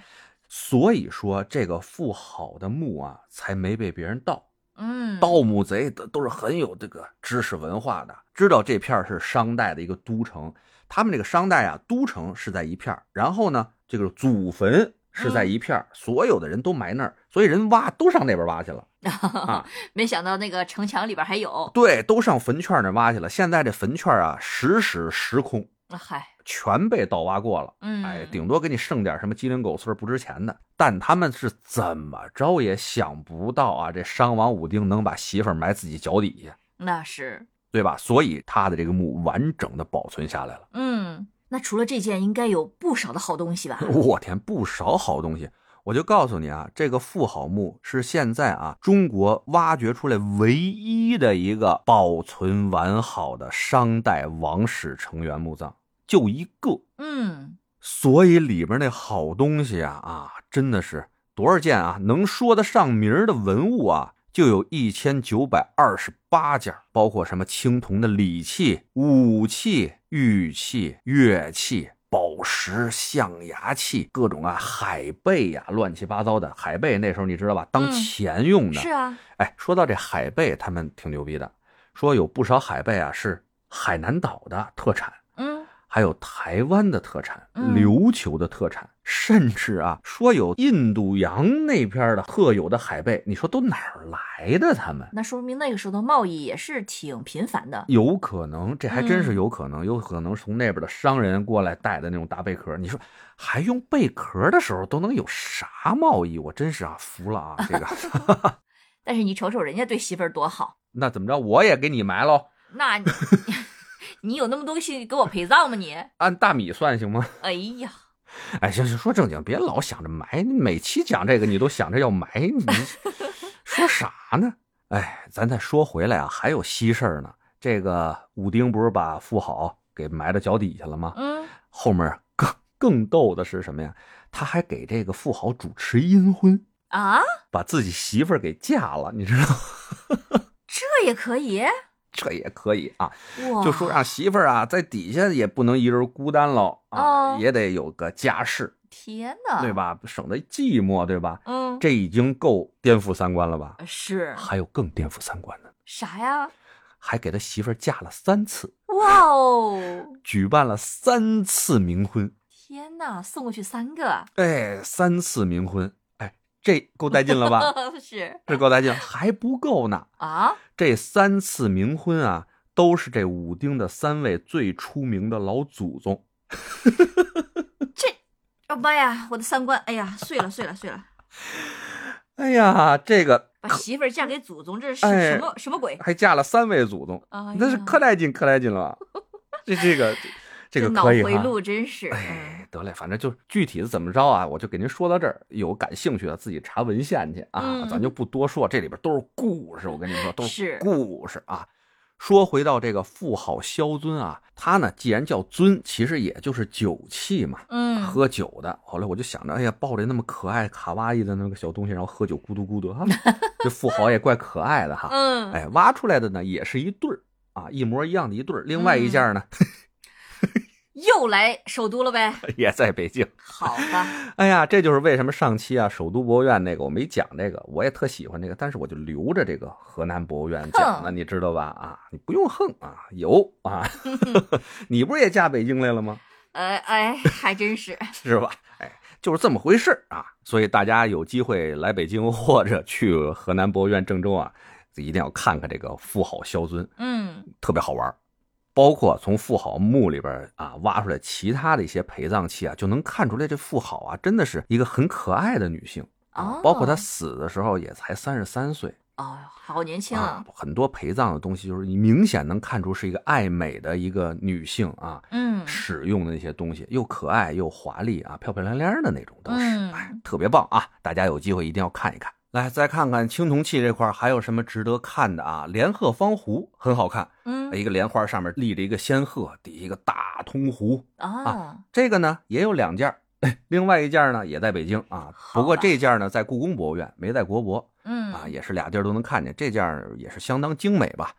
[SPEAKER 1] 所以说这个富好的墓啊，才没被别人盗。
[SPEAKER 2] 嗯，
[SPEAKER 1] 盗墓贼都都是很有这个知识文化的，知道这片儿是商代的一个都城。他们这个商代啊，都城是在一片儿，然后呢，这个祖坟是
[SPEAKER 2] 嗯
[SPEAKER 1] 在一片儿，所有的人都埋那儿，所以人挖都上那边挖去了。啊
[SPEAKER 2] 没想到那个城墙里边还有，
[SPEAKER 1] 对，都上坟圈那儿挖去了。现在这坟圈啊，时时时空，
[SPEAKER 2] 嗨，
[SPEAKER 1] 全被盗挖过了。
[SPEAKER 2] 嗯，
[SPEAKER 1] 哎，顶多给你剩点什么鸡零狗碎不值钱的，但他们是怎么着也想不到啊，这商王武丁能把媳妇儿埋自己脚底下，
[SPEAKER 2] 那是，
[SPEAKER 1] 对吧？所以他的这个墓完整的保存下来了。
[SPEAKER 2] 嗯，那除了这件，应该有不少的好东西吧？
[SPEAKER 1] 我天，不少好东西！我就告诉你啊，这个妇好墓是现在啊中国挖掘出来唯一的一个保存完好的商代王室成员墓葬，就一个。
[SPEAKER 2] 嗯，
[SPEAKER 1] 所以里边那好东西啊啊，真的是多少件啊，能说得上名儿的文物啊，就有一千九百二十八件，包括什么青铜的礼器、武器、玉器、乐器。宝石、象牙器，各种啊海贝呀、乱七八糟的海贝，那时候你知道吧？当
[SPEAKER 2] 嗯
[SPEAKER 1] 钱用的。
[SPEAKER 2] 是啊，
[SPEAKER 1] 哎，说到这海贝，他们挺牛逼的，说有不少海贝啊是海南岛的特产。
[SPEAKER 2] 嗯，
[SPEAKER 1] 还有台湾的特产、
[SPEAKER 2] 嗯
[SPEAKER 1] 琉球的特产，甚至啊，说有印度洋那边的特有的海贝，你说都哪儿来的？他们
[SPEAKER 2] 那说明那个时候的贸易也是挺频繁的，
[SPEAKER 1] 有可能，这还真是
[SPEAKER 2] 嗯
[SPEAKER 1] 有可能，有可能是从那边的商人过来带的那种大贝壳。你说还用贝壳的时候都能有啥贸易？我真是啊，服了啊！这个，
[SPEAKER 2] 但是你瞅瞅人家对媳妇儿多好，
[SPEAKER 1] 那怎么着？我也给你埋喽，
[SPEAKER 2] 那你你有那么东西给我陪葬吗你？
[SPEAKER 1] 按大米算行吗？
[SPEAKER 2] 哎呀，
[SPEAKER 1] 哎，行行，说正经，别老想着埋。你每期讲这个，你都想着要埋，你说啥呢？哎，咱再说回来啊，还有稀事儿呢。这个武丁不是把富好给埋到脚底下了吗？
[SPEAKER 2] 嗯，
[SPEAKER 1] 后面更更逗的是什么呀？他还给这个富豪主持阴婚，
[SPEAKER 2] 啊，
[SPEAKER 1] 把自己媳妇儿给嫁了，你知道吗？
[SPEAKER 2] 这也可以，
[SPEAKER 1] 这也可以啊，
[SPEAKER 2] 哇，
[SPEAKER 1] 就说让媳妇儿啊在底下也不能一人孤单喽啊，
[SPEAKER 2] 哦啊
[SPEAKER 1] 也得有个家室，
[SPEAKER 2] 天哪，
[SPEAKER 1] 对？吧？省得寂寞，对吧？
[SPEAKER 2] 嗯，
[SPEAKER 1] 这已经够颠覆三观了吧？
[SPEAKER 2] 是
[SPEAKER 1] 还有更颠覆三观的，
[SPEAKER 2] 啥呀？
[SPEAKER 1] 还给他媳妇儿嫁了三次，
[SPEAKER 2] 哇哦，
[SPEAKER 1] 举办了三次冥婚，
[SPEAKER 2] 天哪，送过去三个，啊
[SPEAKER 1] 哎，三次冥婚，哎，这够带劲了 吧？
[SPEAKER 2] 是
[SPEAKER 1] 这够带劲，还不够呢。
[SPEAKER 2] 啊，
[SPEAKER 1] 这三次冥婚啊，都是这武丁的三位最出名的老祖宗。
[SPEAKER 2] 哦妈呀，我的三观，哎呀，碎了碎了碎了，
[SPEAKER 1] 哎呀，这个
[SPEAKER 2] 把媳妇儿嫁给祖宗，这是什
[SPEAKER 1] 哎
[SPEAKER 2] 什么什么鬼
[SPEAKER 1] 还嫁了三位祖宗，
[SPEAKER 2] 啊？
[SPEAKER 1] 那是
[SPEAKER 2] 哎呀
[SPEAKER 1] 可带劲，可带劲了吧？这这个这个
[SPEAKER 2] 脑
[SPEAKER 1] 可以
[SPEAKER 2] 回
[SPEAKER 1] 哈。
[SPEAKER 2] 路真是，嗯
[SPEAKER 1] 哎，得嘞，反正就是具体的怎么着啊，我就给您说到这儿。有感兴趣的自己查文献去啊，
[SPEAKER 2] 嗯
[SPEAKER 1] 咱就不多说，这里边都是故事。我跟你说，都
[SPEAKER 2] 是
[SPEAKER 1] 故事啊。说回到这个富好萧尊啊，他呢既然叫尊，其实也就是酒气嘛，
[SPEAKER 2] 嗯，
[SPEAKER 1] 喝酒的。后来我就想着，哎呀，抱着那么可爱卡哇伊的那个小东西，然后喝酒咕嘟咕嘟哈，这富豪也怪可爱的哈。
[SPEAKER 2] 嗯，
[SPEAKER 1] 哎，挖出来的呢也是一对儿啊，一模一样的一对儿。另外一
[SPEAKER 2] 嗯
[SPEAKER 1] 件呢、
[SPEAKER 2] 又来首都了呗？
[SPEAKER 1] 也在北京。
[SPEAKER 2] 好吧，
[SPEAKER 1] 哎呀，这就是为什么上期啊，首都博物院那个我没讲这个，我也特喜欢这个，但是我就留着这个河南博物院讲了，
[SPEAKER 2] 哼
[SPEAKER 1] 你知道吧？啊，你不用横啊，有啊，你不是也嫁北京来了吗？
[SPEAKER 2] 呃，哎，还真是，
[SPEAKER 1] 是吧？哎，就是这么回事儿啊。所以大家有机会来北京或者去河南博物院郑州啊，一定要看看这个富好萧尊。
[SPEAKER 2] 嗯
[SPEAKER 1] 特别好玩儿，包括从富豪墓里边儿啊挖出来其他的一些陪葬器啊，就能看出来这富豪啊真的是一个很可爱的女性 啊
[SPEAKER 2] 哦，
[SPEAKER 1] 包括她死的时候也才三十三岁
[SPEAKER 2] 哦，好年轻
[SPEAKER 1] 啊
[SPEAKER 2] 啊，，
[SPEAKER 1] 很多陪葬的东西就是你明显能看出是一个爱美的一个女性啊。
[SPEAKER 2] 嗯，
[SPEAKER 1] 使用的那些东西又可爱又华丽啊，漂漂亮亮的那种都是，
[SPEAKER 2] 嗯
[SPEAKER 1] 哎，特别棒啊！大家有机会一定要看一看。来，再看看青铜器这块儿还有什么值得看的啊？莲鹤方壶很好看，
[SPEAKER 2] 嗯
[SPEAKER 1] 一个莲花上面立着一个仙鹤，底下一个大通壶。
[SPEAKER 2] 啊，
[SPEAKER 1] 这个呢也有两件儿， 另外一件儿呢也在北京啊，
[SPEAKER 2] 好
[SPEAKER 1] 不过
[SPEAKER 2] 吧
[SPEAKER 1] 这件儿呢在故宫博物院，没在国博
[SPEAKER 2] 嗯
[SPEAKER 1] 啊，也是俩地儿都能看见。这件儿也是相当精美吧。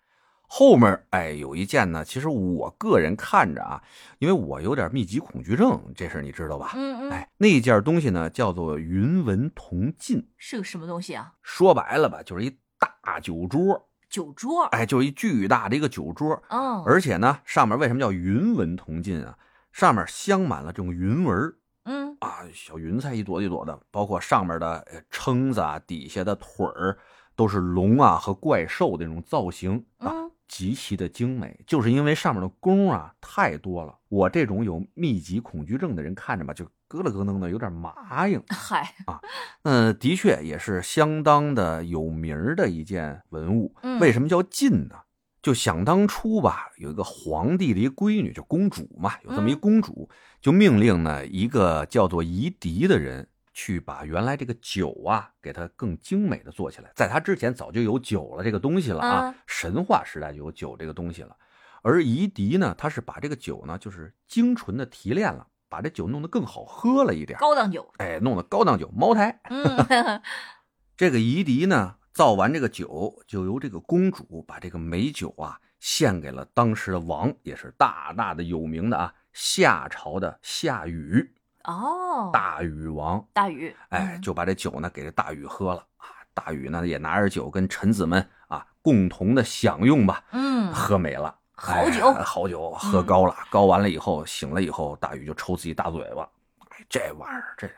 [SPEAKER 1] 后面儿哎有一件呢，其实我个人看着啊，因为我有点密集恐惧症，这事儿你知道吧？
[SPEAKER 2] 嗯嗯，
[SPEAKER 1] 哎，那件东西呢叫做云纹铜镜，
[SPEAKER 2] 是个什么东西啊？
[SPEAKER 1] 说白了吧，就是一大酒桌，
[SPEAKER 2] 酒桌，
[SPEAKER 1] 哎，就是一巨大的一个酒桌，
[SPEAKER 2] 哦，
[SPEAKER 1] 而且呢，上面为什么叫云纹铜镜啊？上面镶满了这种云纹儿
[SPEAKER 2] 嗯
[SPEAKER 1] 啊，小云彩一朵一朵的，包括上面的呃撑子啊，底下的腿儿都是龙啊和怪兽的那种造型啊，
[SPEAKER 2] 嗯，
[SPEAKER 1] 极其的精美。就是因为上面的弓啊太多了，我这种有密集恐惧症的人看着吧，就咯了咯噔的，有点麻硬。
[SPEAKER 2] 嗨，
[SPEAKER 1] 嗯，的确也是相当的有名儿的一件文物。
[SPEAKER 2] 嗯
[SPEAKER 1] 为什么叫晋呢？就想当初吧，有一个皇帝的一闺女，就公主嘛，有这么一
[SPEAKER 2] 嗯
[SPEAKER 1] 公主，就命令呢一个叫做夷狄的人去把原来这个酒啊，给它更精美的做起来。在他之前早就有酒了这个东西了啊，
[SPEAKER 2] 啊
[SPEAKER 1] 神话时代就有酒这个东西了。而夷狄呢，他是把这个酒呢，就是精纯的提炼了，把这酒弄得更好喝了一点儿，
[SPEAKER 2] 高档酒，
[SPEAKER 1] 哎，弄得高档酒茅台。
[SPEAKER 2] 嗯
[SPEAKER 1] 这个夷狄呢，造完这个酒，就由这个公主把这个美酒啊献给了当时的王，也是大大的有名的啊，夏朝的夏禹，
[SPEAKER 2] 哦，
[SPEAKER 1] 大禹王。
[SPEAKER 2] 大禹，
[SPEAKER 1] 哎，
[SPEAKER 2] 嗯
[SPEAKER 1] 就把这酒呢给这大禹喝了啊。大禹呢也拿着酒跟臣子们啊共同的享用吧，
[SPEAKER 2] 嗯，
[SPEAKER 1] 喝美了。
[SPEAKER 2] 好酒嗯
[SPEAKER 1] 哎好酒喝高了，高完了以后醒了以后，大禹就抽自己大嘴巴，哎，这玩意儿这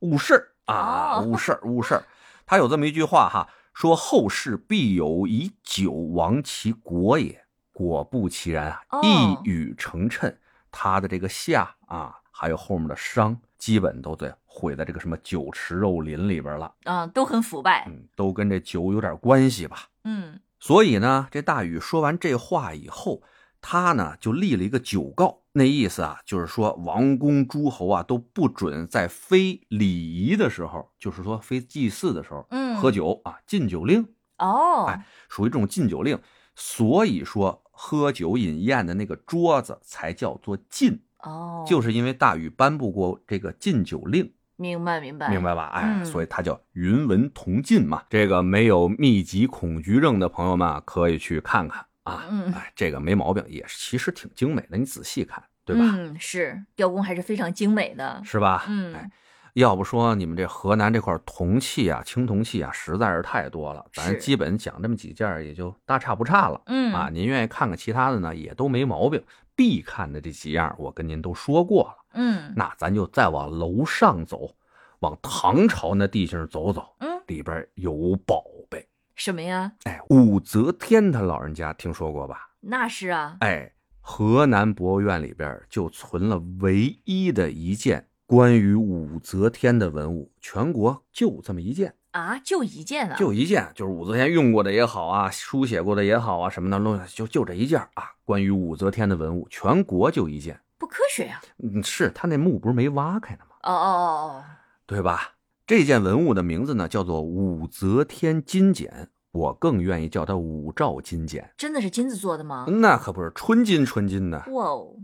[SPEAKER 1] 误事儿啊，
[SPEAKER 2] 哦
[SPEAKER 1] 误事儿误事儿。他有这么一句话哈，说后世必有以酒亡其国也，果不其然啊，
[SPEAKER 2] 哦
[SPEAKER 1] 一语成谶。他的这个夏啊，还有后面的商，基本都在毁在这个什么酒池肉林里边了，
[SPEAKER 2] 啊，都很腐败，
[SPEAKER 1] 嗯，都跟这酒有点关系吧。
[SPEAKER 2] 嗯
[SPEAKER 1] 所以呢，这大禹说完这话以后，他呢就立了一个酒告，那意思啊，就是说王公诸侯啊都不准在非礼仪的时候，就是说非祭祀的时候
[SPEAKER 2] 嗯，
[SPEAKER 1] 喝酒啊，禁酒令
[SPEAKER 2] 哦，
[SPEAKER 1] 哎属于这种禁酒令。所以说，喝酒饮宴的那个桌子才叫做禁，
[SPEAKER 2] 哦，
[SPEAKER 1] 就是因为大禹颁布过这个禁酒令。
[SPEAKER 2] 明白明白
[SPEAKER 1] 明白吧？哎，
[SPEAKER 2] 嗯
[SPEAKER 1] 所以它叫云纹铜镜嘛。这个没有密集恐惧症的朋友们啊，可以去看看啊。
[SPEAKER 2] 嗯
[SPEAKER 1] 哎，这个没毛病，也是其实挺精美的，你仔细看，对吧？
[SPEAKER 2] 嗯，是雕工还是非常精美的，
[SPEAKER 1] 是吧？
[SPEAKER 2] 嗯
[SPEAKER 1] 哎，要不说你们这河南这块铜器啊、青铜器啊，实在是太多了，咱
[SPEAKER 2] 是
[SPEAKER 1] 基本讲这么几件儿也就大差不差了。
[SPEAKER 2] 嗯
[SPEAKER 1] 啊，您愿意看看其他的呢，也都没毛病。必看的这几样儿，我跟您都说过了。
[SPEAKER 2] 嗯
[SPEAKER 1] 那咱就再往楼上走，往唐朝那地形走走，
[SPEAKER 2] 嗯，
[SPEAKER 1] 里边有宝贝。
[SPEAKER 2] 什么呀？
[SPEAKER 1] 哎，武则天她老人家听说过吧？
[SPEAKER 2] 那是啊，
[SPEAKER 1] 哎，河南博物院里边就存了唯一的一件关于武则天的文物，全国就这么一件，
[SPEAKER 2] 啊，就一件啊，
[SPEAKER 1] 哎就一件，就是武则天用过的也好啊，书写过的也好啊，什么的东西，就就这一件啊。关于武则天的文物，全国就一件。
[SPEAKER 2] 不科学呀、
[SPEAKER 1] 嗯，是他那墓不是没挖开呢吗？
[SPEAKER 2] 哦哦
[SPEAKER 1] 对吧？这件文物的名字呢，叫做武则天金简，我更愿意叫它武曌金简
[SPEAKER 2] 哦，。真的是金子做的吗？
[SPEAKER 1] 那可不是纯金纯金的，
[SPEAKER 2] 哇哦，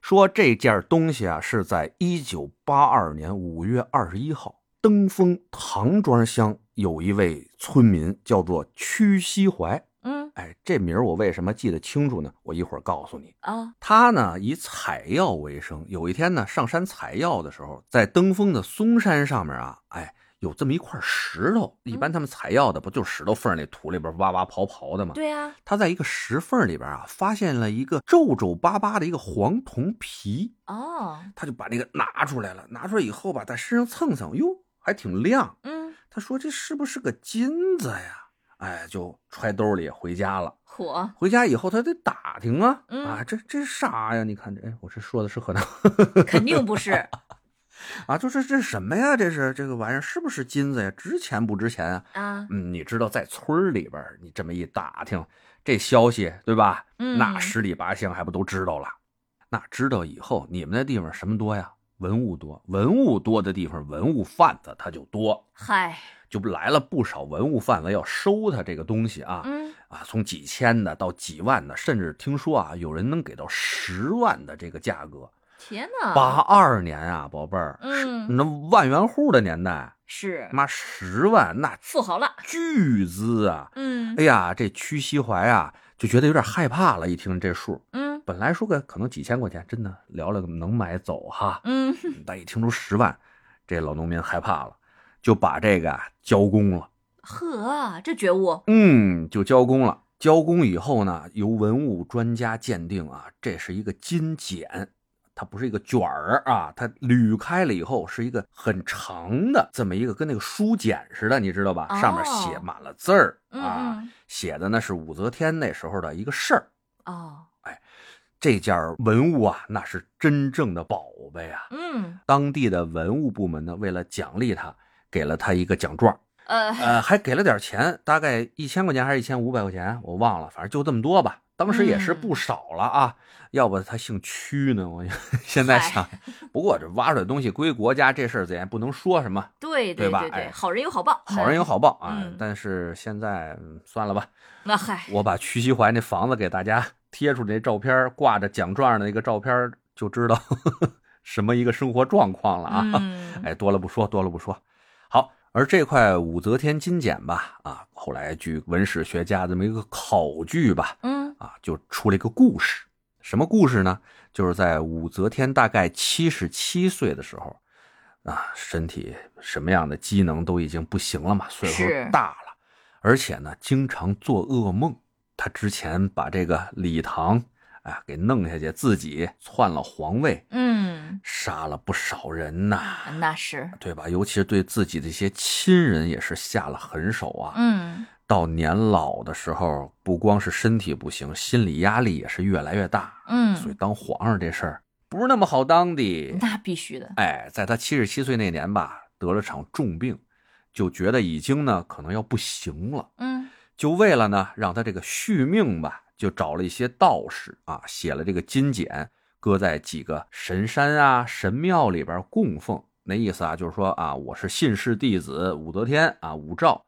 [SPEAKER 1] 说这件东西啊是在一九八二年五月二十一号，登封唐庄乡有一位村民叫做屈西怀。
[SPEAKER 2] 嗯
[SPEAKER 1] 哎，这名儿我为什么记得清楚呢？我一会儿告诉你。
[SPEAKER 2] 啊，
[SPEAKER 1] 他呢以采药为生，有一天呢上山采药的时候，在登封的嵩山上面啊，哎，有这么一块石头。一般他们采药的不就是石头缝儿那土里边挖挖刨刨的吗？
[SPEAKER 2] 对啊，
[SPEAKER 1] 他在一个石缝里边啊，发现了一个皱皱巴巴的一个黄铜皮，
[SPEAKER 2] 哦，
[SPEAKER 1] 他就把这个拿出来了。拿出来以后吧，在身上蹭蹭，哟，还挺亮。
[SPEAKER 2] 嗯，
[SPEAKER 1] 他说这是不是个金子呀？哎，就揣兜里回家了。
[SPEAKER 2] 火，
[SPEAKER 1] 回家以后他得打听啊，
[SPEAKER 2] 嗯
[SPEAKER 1] 啊，这这是啥呀？你看这，哎，我这说的是河南 话
[SPEAKER 2] 肯定不是，
[SPEAKER 1] 啊，就是这什么呀？这是这个玩意儿是不是金子呀？值钱不值钱啊？
[SPEAKER 2] 啊，
[SPEAKER 1] 嗯，你知道在村儿里边儿，你这么一打听，这消息对吧？
[SPEAKER 2] 嗯
[SPEAKER 1] 那十里八乡还不都知道了？那知道以后，你们那地方什么多呀？文物多，文物多的地方，文物贩子他就多，
[SPEAKER 2] 嗨，
[SPEAKER 1] 就来了不少文物贩子要收他这个东西啊。
[SPEAKER 2] 嗯，
[SPEAKER 1] 啊，从几千的到几万的，甚至听说啊，有人能给到十万的这个价格。
[SPEAKER 2] 天哪，
[SPEAKER 1] 八二年啊，宝贝儿，是
[SPEAKER 2] 嗯，
[SPEAKER 1] 那万元户的年代，
[SPEAKER 2] 是
[SPEAKER 1] 妈十万那
[SPEAKER 2] 富豪了，
[SPEAKER 1] 巨资啊！
[SPEAKER 2] 嗯
[SPEAKER 1] 哎呀，这屈西怀啊，就觉得有点害怕了。一听这数，
[SPEAKER 2] 嗯
[SPEAKER 1] 本来说个可能几千块钱，真的聊了个能买走哈，
[SPEAKER 2] 嗯，
[SPEAKER 1] 但一听出十万，这老农民害怕了，就把这个啊交工了。
[SPEAKER 2] 呵，这觉悟，
[SPEAKER 1] 嗯，就交工了。交工以后呢，由文物专家鉴定啊，这是一个金简，它不是一个卷儿啊，它捋开了以后是一个很长的这么一个跟那个书简似的，你知道吧？
[SPEAKER 2] 哦
[SPEAKER 1] 上面写满了字儿啊，
[SPEAKER 2] 嗯嗯，
[SPEAKER 1] 写的那是武则天那时候的一个事儿。
[SPEAKER 2] 哦，
[SPEAKER 1] 这件文物啊，那是真正的宝贝啊！
[SPEAKER 2] 嗯，
[SPEAKER 1] 当地的文物部门呢，为了奖励他，给了他一个奖状。
[SPEAKER 2] 呃，
[SPEAKER 1] 呃，还给了点钱，大概一千块钱还是一千五百块钱，我忘了，反正就这么多吧。当时也是不少了啊，要不他姓屈呢？我 现在想，不过这挖出来东西归国家这事儿，咱也不能说什么，
[SPEAKER 2] 对
[SPEAKER 1] 对吧
[SPEAKER 2] 对对，
[SPEAKER 1] 哎
[SPEAKER 2] 好人有好报，
[SPEAKER 1] 好人有好报啊。
[SPEAKER 2] 嗯
[SPEAKER 1] 但是现在、嗯算了吧，
[SPEAKER 2] 嗯，那嗨，
[SPEAKER 1] 我把屈西怀那房子给大家 贴出那照片，挂着奖状的那个照片，就知道 什么一个生活状况了啊。
[SPEAKER 2] 嗯，
[SPEAKER 1] 哎，多了不说，多了不说。好，而这块武则天金简吧，啊，后来据文史学家这么一个考据吧，
[SPEAKER 2] 嗯，
[SPEAKER 1] 啊，就出了一个故事。什么故事呢？就是在武则天大概七十七岁的时候，啊，身体什么样的机能都已经不行了嘛，岁数
[SPEAKER 2] 是
[SPEAKER 1] 大了，而且呢，经常做噩梦。她之前把这个李唐啊给弄下去，自己篡了皇位，
[SPEAKER 2] 嗯，
[SPEAKER 1] 杀了不少人呐、
[SPEAKER 2] 那是，
[SPEAKER 1] 对吧？尤其是对自己的一些亲人也是下了狠手啊。
[SPEAKER 2] 嗯，
[SPEAKER 1] 到年老的时候，不光是身体不行，心理压力也是越来越大。所以
[SPEAKER 2] 嗯，
[SPEAKER 1] 当皇上这事儿不是那么好当的。
[SPEAKER 2] 那必须的，
[SPEAKER 1] 哎，在他七十七岁那年吧，得了场重病，就觉得已经呢可能要不行了。
[SPEAKER 2] 嗯，
[SPEAKER 1] 就为了呢让他这个续命吧，就找了一些道士啊，写了这个金简，搁在几个神山啊、神庙里边供奉。那意思啊，就是说啊，我是信士弟子武则天啊，武曌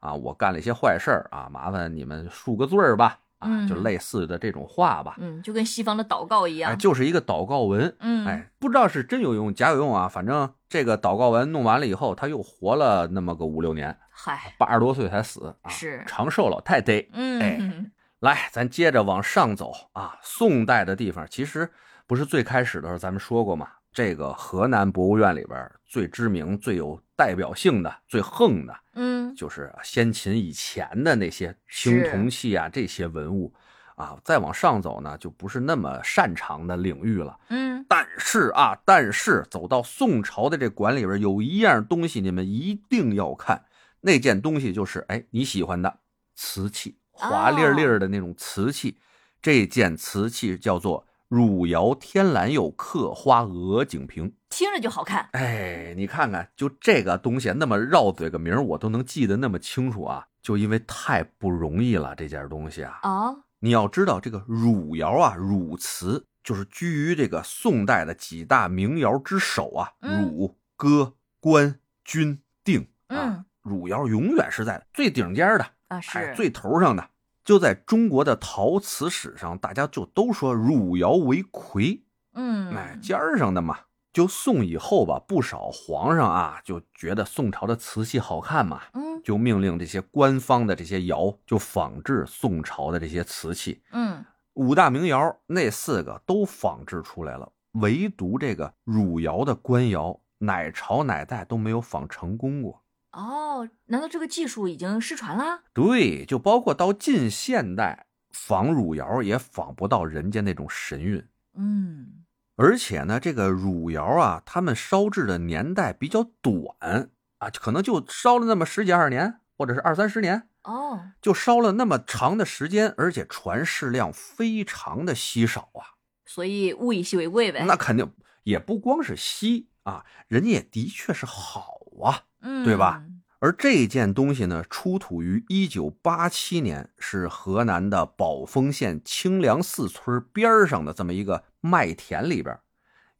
[SPEAKER 1] 啊，我干了一些坏事儿啊，麻烦你们恕个罪儿吧，啊，
[SPEAKER 2] 嗯
[SPEAKER 1] 就类似的这种话吧，
[SPEAKER 2] 嗯，就跟西方的祷告一
[SPEAKER 1] 哎，
[SPEAKER 2] 样，
[SPEAKER 1] 就是一个祷告文。
[SPEAKER 2] 嗯，
[SPEAKER 1] 哎，不知道是真有用假有用啊，反正这个祷告文弄完了以后，他又活了那么个五六年，
[SPEAKER 2] 嗨，
[SPEAKER 1] 八十多岁才死啊，哎
[SPEAKER 2] 哎是
[SPEAKER 1] 长寿老太太。
[SPEAKER 2] 嗯，
[SPEAKER 1] 来，咱接着往上走啊。宋代的地方其实不是最开始的时候咱们说过嘛，这个河南博物院里边最知名、最有代表性的、最横的，
[SPEAKER 2] 嗯，
[SPEAKER 1] 就是先秦以前的那些青铜器啊，这些文物啊，再往上走呢，就不是那么擅长的领域了。
[SPEAKER 2] 嗯，
[SPEAKER 1] 但是啊，但是走到宋朝的这馆里边，有一样东西你们一定要看，那件东西就是哎你喜欢的瓷器，华丽丽儿的那种瓷器。这件瓷器叫做汝窑天蓝釉刻花鹅颈瓶。
[SPEAKER 2] 听着就好看。
[SPEAKER 1] 哎，你看看，就这个东西那么绕嘴个名儿，我都能记得那么清楚啊，就因为太不容易了这件东西啊。
[SPEAKER 2] 哦，
[SPEAKER 1] 你要知道，这个汝窑啊，汝瓷就是居于这个宋代的几大名窑之首啊，
[SPEAKER 2] 嗯
[SPEAKER 1] 汝、歌、官、钧、定啊
[SPEAKER 2] 嗯，
[SPEAKER 1] 汝窑永远是在最顶尖儿的，
[SPEAKER 2] 啊
[SPEAKER 1] 哎，
[SPEAKER 2] 是，
[SPEAKER 1] 最头上的。就在中国的陶瓷史上，大家就都说汝窑为魁，
[SPEAKER 2] 嗯，
[SPEAKER 1] 哎，尖儿上的嘛。就宋以后吧，不少皇上啊就觉得宋朝的瓷器好看嘛，
[SPEAKER 2] 嗯
[SPEAKER 1] 就命令这些官方的这些窑就仿制宋朝的这些瓷器。
[SPEAKER 2] 嗯，
[SPEAKER 1] 五大名窑那四个都仿制出来了，唯独这个汝窑的官窑，哪朝哪代都没有仿成功过。
[SPEAKER 2] 哦，难道这个技术已经失传啦？
[SPEAKER 1] 对，就包括到近现代，仿汝窑也仿不到人家那种神韵。
[SPEAKER 2] 嗯，
[SPEAKER 1] 而且呢，这个汝窑啊，他们烧制的年代比较短啊，可能就烧了那么十几二十年，或者是二三十年，
[SPEAKER 2] 哦，
[SPEAKER 1] 就烧了那么长的时间，而且传世量非常的稀少啊。
[SPEAKER 2] 所以物以稀为贵呗。
[SPEAKER 1] 那肯定也不光是稀啊，人家也的确是好啊。
[SPEAKER 2] 嗯，
[SPEAKER 1] 对吧？而这件东西呢，出土于一九八七年，是河南的宝丰县清凉寺村边儿上的这么一个麦田里边儿。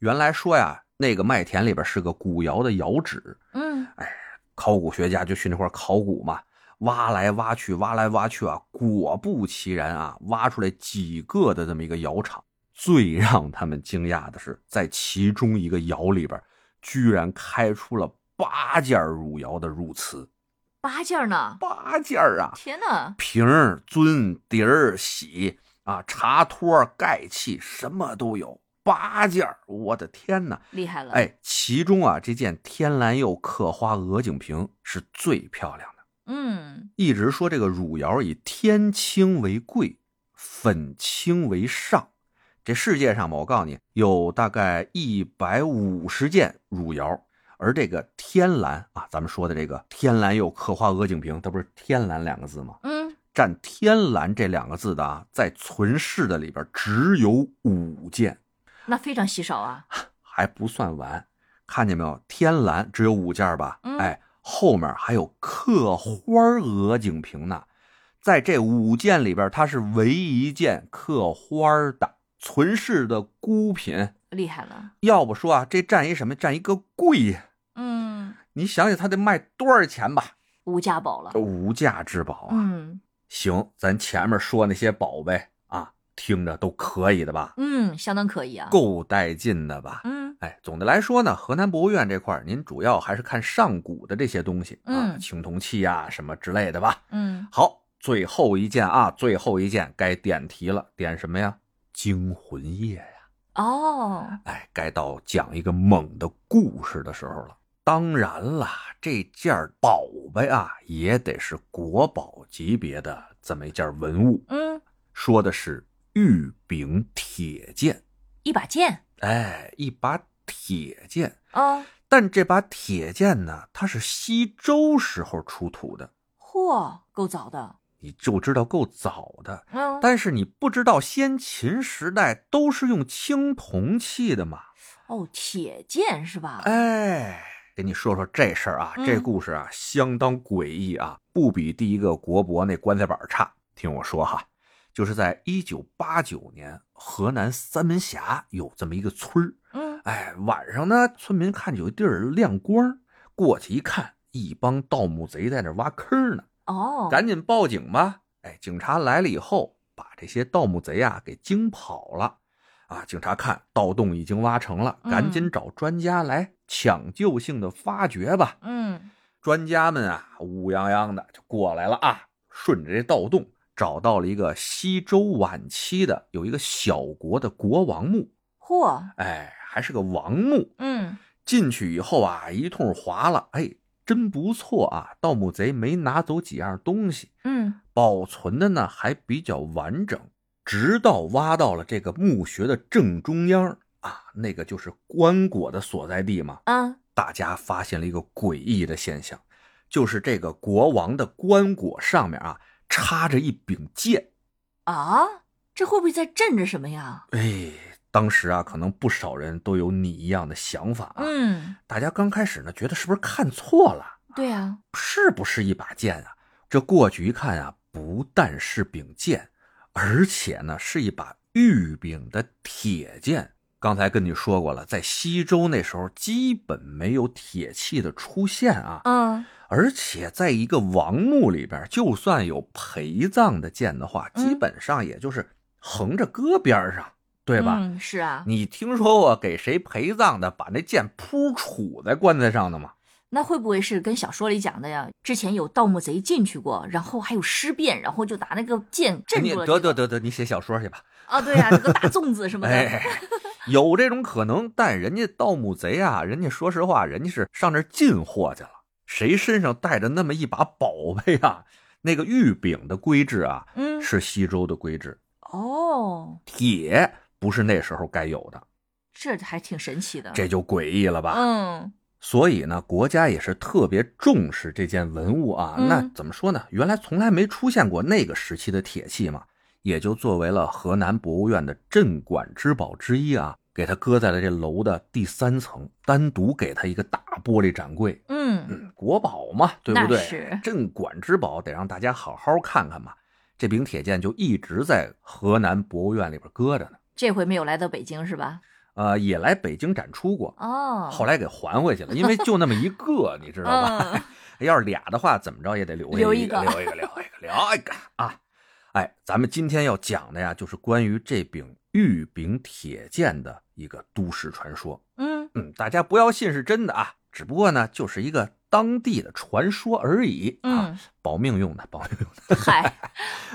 [SPEAKER 1] 原来说呀，那个麦田里边是个古窑的窑址，
[SPEAKER 2] 嗯，
[SPEAKER 1] 考古学家就去那块儿考古嘛，挖来挖去，挖来挖去啊，果不其然啊，挖出来几个的这么一个窑厂。最让他们惊讶的是，在其中一个窑里边，居然开出了八件汝窑的汝瓷，
[SPEAKER 2] 八件儿呢？
[SPEAKER 1] 八件儿啊，
[SPEAKER 2] 天哪！
[SPEAKER 1] 瓶儿、樽、碟儿、洗啊、茶托儿、盖器，什么都有，八件儿，我的天哪！
[SPEAKER 2] 厉害了，，
[SPEAKER 1] 哎，其中啊，这件天蓝釉刻花鹅颈瓶是最漂亮的。
[SPEAKER 2] 嗯，
[SPEAKER 1] 一直说这个汝窑以天青为贵，粉青为上。这世界上吧，我告诉你，有大概一百五十件汝窑，而这个天蓝啊，咱们说的这个天蓝釉刻花鹅颈瓶，它不是“天蓝”两个字吗？
[SPEAKER 2] 嗯，
[SPEAKER 1] 占“天蓝”这两个字的啊，在存世的里边只有五件。
[SPEAKER 2] 那非常稀少啊。
[SPEAKER 1] 还不算完，看见没有？天蓝只有五件儿吧？
[SPEAKER 2] 嗯
[SPEAKER 1] 哎，后面还有刻花儿鹅颈瓶呢。在这五件里边，它是唯一件刻花儿的存世的孤品。
[SPEAKER 2] 厉害了，
[SPEAKER 1] 要不说啊，这占一什么？占一个贵。
[SPEAKER 2] 嗯，
[SPEAKER 1] 你想想，它得卖多少钱吧？
[SPEAKER 2] 无价宝了，
[SPEAKER 1] 无价之宝啊！
[SPEAKER 2] 嗯
[SPEAKER 1] 行，咱前面说那些宝贝啊，听着都可以的吧？
[SPEAKER 2] 嗯，相当可以啊，，
[SPEAKER 1] 够带劲的吧？
[SPEAKER 2] 嗯
[SPEAKER 1] 哎，总的来说呢，河南博物院这块儿，您主要还是看上古的这些东西啊，
[SPEAKER 2] 嗯
[SPEAKER 1] 青铜器啊什么之类的吧。
[SPEAKER 2] 嗯，
[SPEAKER 1] 好，最后一件啊，最后一件该点题了，点什么呀？惊魂夜呀！
[SPEAKER 2] 哦，
[SPEAKER 1] 哎，该到讲一个猛的故事的时候了。当然啦，这件儿宝贝啊，也得是国宝级别的这么一件文物，
[SPEAKER 2] 嗯，
[SPEAKER 1] 说的是玉柄铁剑。
[SPEAKER 2] 一把剑，
[SPEAKER 1] 哎，一把铁剑。
[SPEAKER 2] 哦，
[SPEAKER 1] 但这把铁剑呢，它是西周时候出土的，
[SPEAKER 2] 嚯，够早的，
[SPEAKER 1] 你就知道够早的。
[SPEAKER 2] 嗯，
[SPEAKER 1] 但是你不知道先秦时代都是用青铜器的嘛？
[SPEAKER 2] 哦，铁剑是吧？
[SPEAKER 1] 哎，给你说说这事儿啊，
[SPEAKER 2] 嗯
[SPEAKER 1] 这故事啊、相当诡异啊，不比第一个国博那棺材板差。听我说哈，就是在一九八九年，河南三门峡有这么一个村儿，
[SPEAKER 2] 嗯，
[SPEAKER 1] 哎，晚上呢，村民看见有一地儿亮光，过去一看，一帮盗墓贼在那儿挖坑呢，
[SPEAKER 2] 哦，
[SPEAKER 1] 赶紧报警吧！哎，警察来了以后，把这些盗墓贼啊给惊跑了。啊，警察看盗洞已经挖成了，
[SPEAKER 2] 嗯
[SPEAKER 1] 赶紧找专家来抢救性的发掘吧。
[SPEAKER 2] 嗯，
[SPEAKER 1] 专家们啊，乌泱泱的就过来了啊，顺着这盗洞找到了一个西周晚期的有一个小国的国王墓，
[SPEAKER 2] 嚯，
[SPEAKER 1] 哎，还是个王墓。
[SPEAKER 2] 嗯，
[SPEAKER 1] 进去以后啊，一通划了，哎，真不错啊！盗墓贼没拿走几样东西，
[SPEAKER 2] 嗯，
[SPEAKER 1] 保存的呢还比较完整。直到挖到了这个墓穴的正中央儿啊，那个就是棺椁的所在地嘛。
[SPEAKER 2] 啊，
[SPEAKER 1] 大家发现了一个诡异的现象，就是这个国王的棺椁上面啊插着一柄剑。
[SPEAKER 2] 啊，这会不会在震着什么呀？
[SPEAKER 1] 哎，当时啊，可能不少人都有你一样的想法啊。
[SPEAKER 2] 嗯，
[SPEAKER 1] 大家刚开始呢，觉得是不是看错了，啊
[SPEAKER 2] 对啊呀、
[SPEAKER 1] 是不是一把剑啊？这过去一看啊，不但是柄剑，而且呢是一把玉柄的铁剑。刚才跟你说过了，在西周那时候基本没有铁器的出现啊。
[SPEAKER 2] 嗯，
[SPEAKER 1] 而且在一个王墓里边，就算有陪葬的剑的话，
[SPEAKER 2] 嗯
[SPEAKER 1] 基本上也就是横着搁边上，对吧？
[SPEAKER 2] 嗯，是啊，
[SPEAKER 1] 你听说过给谁陪葬的把那剑扑杵在棺材上的吗？
[SPEAKER 2] 那会不会是跟小说里讲的呀？之前有盗墓贼进去过，然后还有尸变，然后就拿那个剑镇
[SPEAKER 1] 哎你
[SPEAKER 2] 住了、
[SPEAKER 1] 得得，得得，你写小说去吧。
[SPEAKER 2] 啊，对呀、这个大粽 子什么的，
[SPEAKER 1] 哎， 有这种可能，但人家盗墓贼啊，人家说实话，人家是上那儿进货去了。谁身上带着那么一把宝贝啊？ 那个玉柄的规制啊，
[SPEAKER 2] 嗯，
[SPEAKER 1] 是西周的规制，
[SPEAKER 2] 哦，
[SPEAKER 1] 铁不是那时候该有的。
[SPEAKER 2] 这还挺神奇的，
[SPEAKER 1] 这就诡异了吧？
[SPEAKER 2] 嗯
[SPEAKER 1] 所以呢，国家也是特别重视这件文物啊。
[SPEAKER 2] 嗯
[SPEAKER 1] 那怎么说呢？原来从来没出现过那个时期的铁器嘛，也就作为了河南博物院的镇馆之宝之一啊，给它搁在了这楼的第三层，单独给它一个大玻璃展柜。
[SPEAKER 2] 嗯，
[SPEAKER 1] 嗯，国宝嘛，对不
[SPEAKER 2] 那
[SPEAKER 1] 对？
[SPEAKER 2] 是
[SPEAKER 1] 镇馆之宝，得让大家好好看看嘛。这柄铁剑就一直在河南博物院里边搁着呢，
[SPEAKER 2] 这回没有来到北京是吧？
[SPEAKER 1] 呃，也来北京展出过。
[SPEAKER 2] 哦，
[SPEAKER 1] 后来给还回去了，因为就那么一个，你知道吧？
[SPEAKER 2] 嗯，
[SPEAKER 1] 要是俩的话，怎么着也得留下
[SPEAKER 2] 留
[SPEAKER 1] 一
[SPEAKER 2] 一个
[SPEAKER 1] 留一个，留一个，留一个啊！哎，咱们今天要讲的呀，就是关于这柄玉柄铁剑的一个都市传说。
[SPEAKER 2] 嗯，
[SPEAKER 1] 嗯，大家不要信是真的啊，只不过呢，就是一个当地的传说而已 啊，
[SPEAKER 2] 嗯
[SPEAKER 1] 保命用的，保命用的，
[SPEAKER 2] 嗨，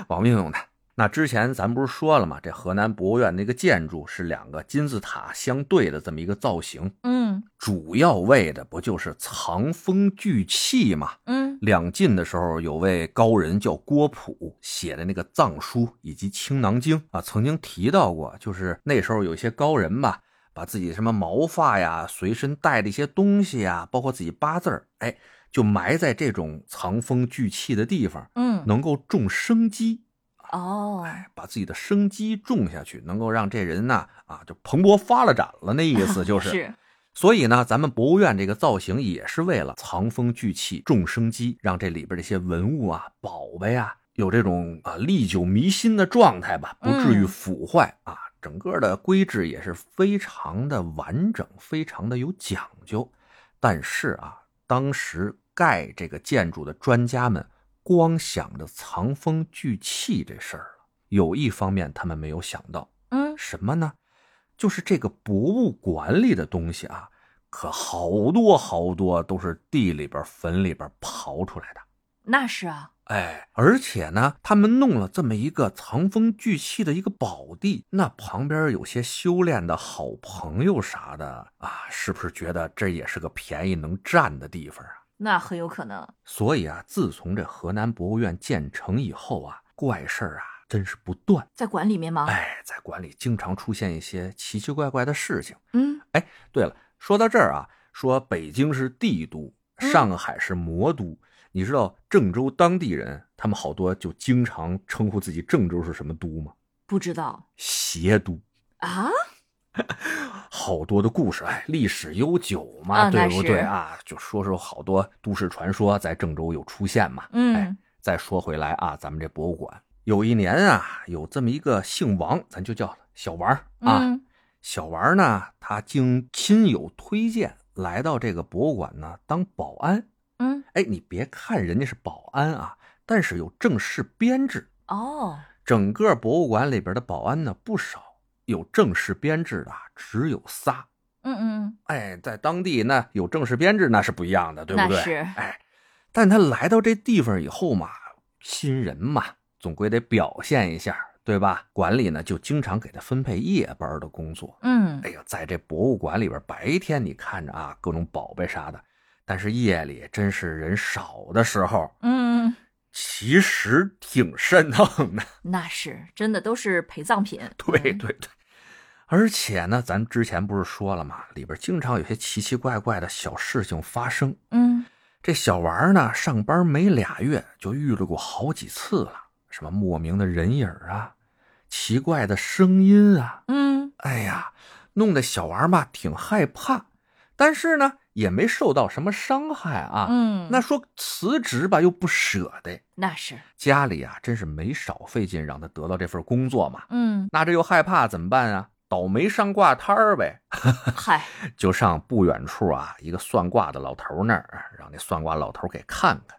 [SPEAKER 1] 保命用的。那之前咱不是说了吗？这河南博物院那个建筑是两个金字塔相对的这么一个造型，
[SPEAKER 2] 嗯
[SPEAKER 1] 主要为的不就是藏风聚气嘛？
[SPEAKER 2] 嗯，
[SPEAKER 1] 两晋的时候，有位高人叫郭璞，写的那个《藏书》以及《青囊经》啊，曾经提到过，就是那时候有一些高人吧，把自己什么毛发呀、随身带的一些东西呀，包括自己八字儿，哎，就埋在这种藏风聚气的地方，
[SPEAKER 2] 嗯，
[SPEAKER 1] 能够种生机，
[SPEAKER 2] 哦，
[SPEAKER 1] 把自己的生机种下去，能够让这人呐啊就蓬勃发了展了，那意思就是。
[SPEAKER 2] 是，
[SPEAKER 1] 所以呢，咱们博物院这个造型也是为了藏风聚气、众生机，让这里边这些文物啊、宝贝啊，有这种啊历久弥新的状态吧，不至于
[SPEAKER 2] 嗯
[SPEAKER 1] 腐坏啊。整个的规制也是非常的完整，非常的有讲究。但是啊，当时盖这个建筑的专家们光想着藏风聚气这事儿了，有一方面他们没有想到，
[SPEAKER 2] 嗯
[SPEAKER 1] 什么呢？就是这个博物馆里的东西啊，可好多好多都是地里边、坟里边刨出来的。
[SPEAKER 2] 那是啊，
[SPEAKER 1] 哎，而且呢，他们弄了这么一个藏风聚气的一个宝地，那旁边有些修炼的好朋友啥的啊，是不是觉得这也是个便宜能占的地方啊？
[SPEAKER 2] 那很有可能，
[SPEAKER 1] 所以啊，自从这河南博物院建成以后啊，怪事儿啊真是不断。
[SPEAKER 2] 在馆里面吗？
[SPEAKER 1] 哎，在馆里经常出现一些奇奇怪怪的事情。
[SPEAKER 2] 嗯
[SPEAKER 1] 对了，说到这儿啊，说北京是帝都，
[SPEAKER 2] 嗯
[SPEAKER 1] 上海是魔都。你知道郑州当地人他们好多就经常称呼自己郑州是什么都吗？
[SPEAKER 2] 不知道
[SPEAKER 1] 邪都，
[SPEAKER 2] 啊，
[SPEAKER 1] 好多的故事，哎，历史悠久嘛，
[SPEAKER 2] 啊
[SPEAKER 1] 对
[SPEAKER 2] 那
[SPEAKER 1] 不对
[SPEAKER 2] 是
[SPEAKER 1] 啊？就说说好多都市传说在郑州有出现嘛。哎
[SPEAKER 2] 嗯
[SPEAKER 1] 再说回来啊，咱们这博物馆有一年啊，有这么一个姓王，咱就叫小王啊，
[SPEAKER 2] 嗯
[SPEAKER 1] 小王呢，他经亲友推荐来到这个博物馆呢当保安。
[SPEAKER 2] 嗯，
[SPEAKER 1] 哎，你别看人家是保安啊，但是有正式编制。
[SPEAKER 2] 哦，
[SPEAKER 1] 整个博物馆里边的保安呢不少，有正式编制的啊只有仨。
[SPEAKER 2] 嗯嗯，
[SPEAKER 1] 哎，在当地那有正式编制那是不一样的，对不
[SPEAKER 2] 那
[SPEAKER 1] 对？
[SPEAKER 2] 是
[SPEAKER 1] 哎，但他来到这地方以后嘛，新人嘛，总归得表现一下，对吧？管理呢就经常给他分配夜班的工作。
[SPEAKER 2] 嗯
[SPEAKER 1] 哎呦，在这博物馆里边，白天你看着啊，各种宝贝啥的，但是夜里真是人少的时候，
[SPEAKER 2] 嗯，
[SPEAKER 1] 其实挺瘆疼的。
[SPEAKER 2] 那是真的都是陪葬品。
[SPEAKER 1] 对对
[SPEAKER 2] 嗯
[SPEAKER 1] 对，而且呢，咱之前不是说了吗？里边经常有些奇奇怪怪的小事情发生。
[SPEAKER 2] 嗯
[SPEAKER 1] 这小王儿呢，上班没俩月就遇到过好几次了，什么莫名的人影儿啊，奇怪的声音啊，
[SPEAKER 2] 嗯
[SPEAKER 1] 哎呀，弄得小王儿吧挺害怕，但是呢也没受到什么伤害啊。
[SPEAKER 2] 嗯，
[SPEAKER 1] 那说辞职吧又不舍得，
[SPEAKER 2] 那是
[SPEAKER 1] 家里啊真是没少费劲让他得到这份工作嘛。
[SPEAKER 2] 嗯，
[SPEAKER 1] 那这又害怕怎么办啊？倒霉上挂摊儿呗，
[SPEAKER 2] 嗨，
[SPEAKER 1] 就上不远处啊一个算卦的老头那儿，让那算卦老头给看看。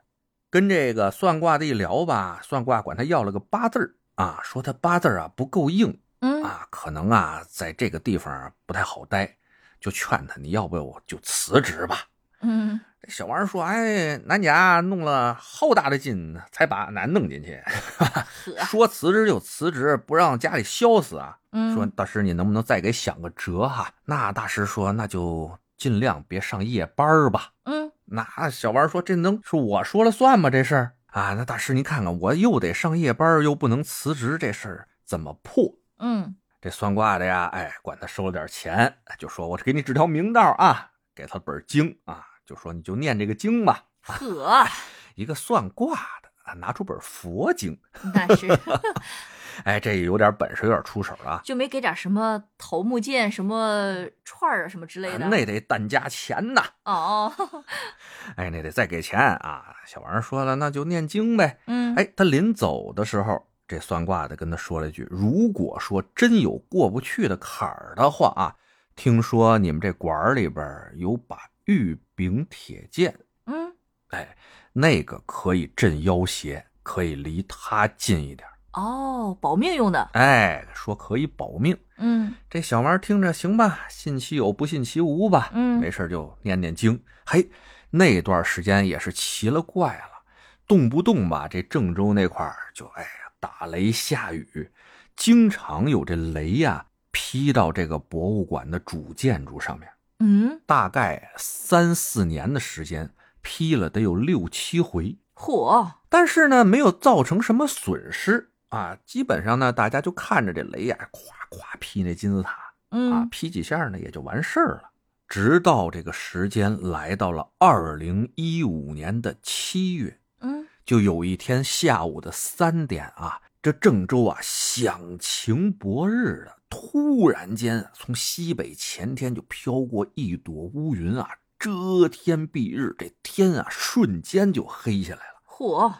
[SPEAKER 1] 跟这个算卦的一聊吧，算卦管他要了个八字儿啊，说他八字儿啊不够硬
[SPEAKER 2] 嗯
[SPEAKER 1] 啊，可能啊在这个地方啊不太好待，就劝他你要不我就辞职吧。
[SPEAKER 2] 嗯，
[SPEAKER 1] 这小王说：“哎，南家弄了好大的劲才把俺弄进 去，
[SPEAKER 2] 呵，
[SPEAKER 1] 说辞职就辞职，不让家里消死啊。”
[SPEAKER 2] 嗯
[SPEAKER 1] 说大师，你能不能再给想个辙哈、那大师说，那就尽量别上夜班儿吧。
[SPEAKER 2] 嗯
[SPEAKER 1] 那小王说，这能是我说了算吗？这事儿啊，那大师您看看，我又得上夜班儿，又不能辞职，这事儿怎么破？
[SPEAKER 2] 嗯
[SPEAKER 1] 这算卦的呀，哎，管他收了点钱，就说我给你指条明道啊，给他本儿经啊，就说你就念这个经吧。
[SPEAKER 2] 呵，
[SPEAKER 1] 一个算卦的啊，拿出本儿佛经，
[SPEAKER 2] 那是
[SPEAKER 1] 哎，这有点本事，有点出手了啊。
[SPEAKER 2] 就没给点什么头目剑、什么串儿啊、什么之类的。
[SPEAKER 1] 那得单加钱呐，
[SPEAKER 2] 哦，
[SPEAKER 1] 哎，那得再给钱啊！小王说了，那就念经呗。
[SPEAKER 2] 嗯，
[SPEAKER 1] 哎，他临走的时候，这算卦的跟他说了一句：“如果说真有过不去的坎儿的话啊，听说你们这馆儿里边儿有把玉柄铁剑，
[SPEAKER 2] 嗯，
[SPEAKER 1] 哎，那个可以镇妖邪，可以离他近一点儿。
[SPEAKER 2] 哦，保命用的。
[SPEAKER 1] 哎，说可以保命。
[SPEAKER 2] 嗯
[SPEAKER 1] 这小王听着行吧，信其有不信其无吧，
[SPEAKER 2] 嗯
[SPEAKER 1] 没事就念念经。嘿，那段时间也是奇了怪了，动不动吧，这郑州那块儿就哎呀打雷下雨，经常有这雷呀、劈到这个博物馆的主建筑上面，
[SPEAKER 2] 嗯，
[SPEAKER 1] 大概三四年的时间，劈了得有六七回。
[SPEAKER 2] 嚯，
[SPEAKER 1] 但是呢，没有造成什么损失啊。基本上呢，大家就看着这雷呀、咵咵劈那金字塔啊
[SPEAKER 2] 嗯，，
[SPEAKER 1] 劈几下呢也就完事儿了。直到这个时间来到了二零一五年的七月，
[SPEAKER 2] 嗯，
[SPEAKER 1] 就有一天下午的三点啊，这郑州啊响晴博日的，突然间啊从西北前天就飘过一朵乌云啊，遮天蔽日，这天啊瞬间就黑下来了。
[SPEAKER 2] 嚯，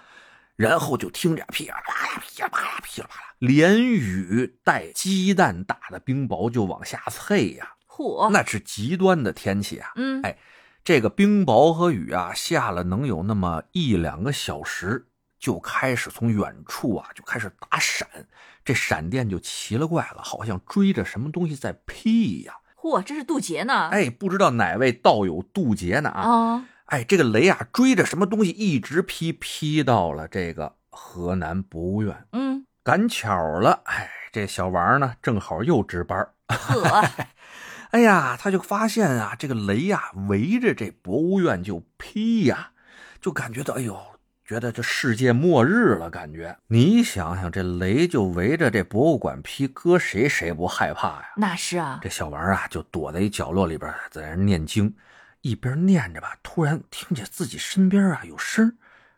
[SPEAKER 1] 然后就听着噼里啪啦、噼里啪啦、噼里啪啦，连雨带鸡蛋打的冰雹就往下碎呀、
[SPEAKER 2] 嚯，
[SPEAKER 1] 那是极端的天气啊！
[SPEAKER 2] 嗯，
[SPEAKER 1] 哎这个冰雹和雨啊，下了能有那么一两个小时，就开始从远处啊就开始打闪，这闪电就奇了怪了，好像追着什么东西在劈一样。
[SPEAKER 2] 嚯，这是渡劫呢。
[SPEAKER 1] 哎，不知道哪位道友渡劫呢啊？
[SPEAKER 2] 啊，
[SPEAKER 1] 哎，这个雷啊追着什么东西一直劈，劈到了这个河南博物院。
[SPEAKER 2] 嗯，
[SPEAKER 1] 赶巧了，哎，这小王呢正好又值班儿，
[SPEAKER 2] 呵，
[SPEAKER 1] 哎呀，他就发现啊，这个雷呀、围着这博物院就劈呀、就感觉到哎呦，觉得这世界末日了，感觉。你想想，这雷就围着这博物馆劈，搁谁谁不害怕呀？
[SPEAKER 2] 那是 啊，
[SPEAKER 1] 这小王啊，就躲在一角落里边，在那儿念经，一边念着吧，突然听见自己身边啊有声儿，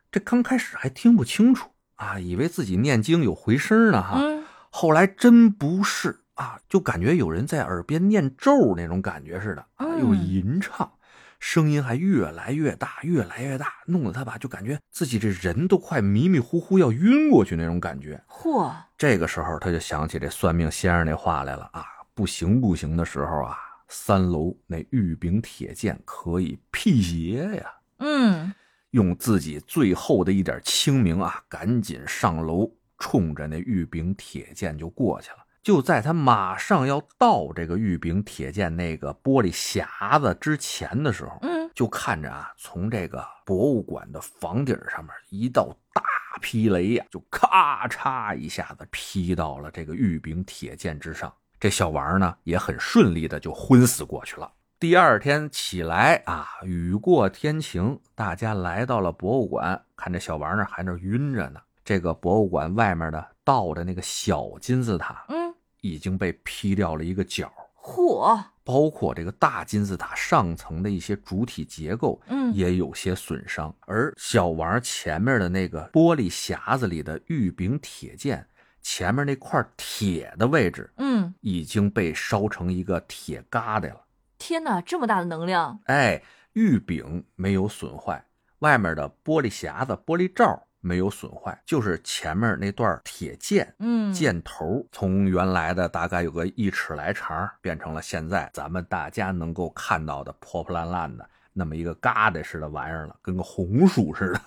[SPEAKER 1] 这刚开始还听不清楚啊，以为自己念经有回声儿呢哈。
[SPEAKER 2] 嗯，
[SPEAKER 1] 后来真不是啊，就感觉有人在耳边念咒那种感觉似的啊，
[SPEAKER 2] 嗯
[SPEAKER 1] 又吟唱，声音还越来越大，越来越大，弄得他吧就感觉自己这人都快迷迷糊糊要晕过去那种感觉。
[SPEAKER 2] 嚯，
[SPEAKER 1] 这个时候他就想起这算命先生那话来了啊，不行不行的时候啊，三楼那玉柄铁剑可以辟邪呀。
[SPEAKER 2] 嗯，
[SPEAKER 1] 用自己最后的一点清明啊，赶紧上楼，冲着那玉柄铁剑就过去了。就在他马上要到这个玉柄铁剑那个玻璃匣子之前的时候，
[SPEAKER 2] 嗯，
[SPEAKER 1] 就看着啊，从这个博物馆的房顶上面一道大劈雷呀、就咔嚓一下子劈到了这个玉柄铁剑之上。这小王呢也很顺利的就昏死过去了。第二天起来啊，雨过天晴，大家来到了博物馆，看这小玩意儿还那晕着呢。这个博物馆外面的倒的那个小金字塔
[SPEAKER 2] 嗯，
[SPEAKER 1] 已经被劈掉了一个角，
[SPEAKER 2] 嚯，
[SPEAKER 1] 包括这个大金字塔上层的一些主体结构
[SPEAKER 2] 嗯，
[SPEAKER 1] 也有些损伤，而小王前面的那个玻璃匣子里的玉柄铁剑，前面那块铁的位置
[SPEAKER 2] 嗯，
[SPEAKER 1] 已经被烧成一个铁疙瘩了。
[SPEAKER 2] 天哪，这么大的能量，
[SPEAKER 1] 哎，玉柄没有损坏，外面的玻璃匣子、玻璃罩没有损坏，就是前面那段铁剑。
[SPEAKER 2] 嗯，
[SPEAKER 1] 箭头从原来的大概有个一尺来长，变成了现在咱们大家能够看到的破破烂烂的那么一个疙瘩似的玩意儿了，跟个红薯似的。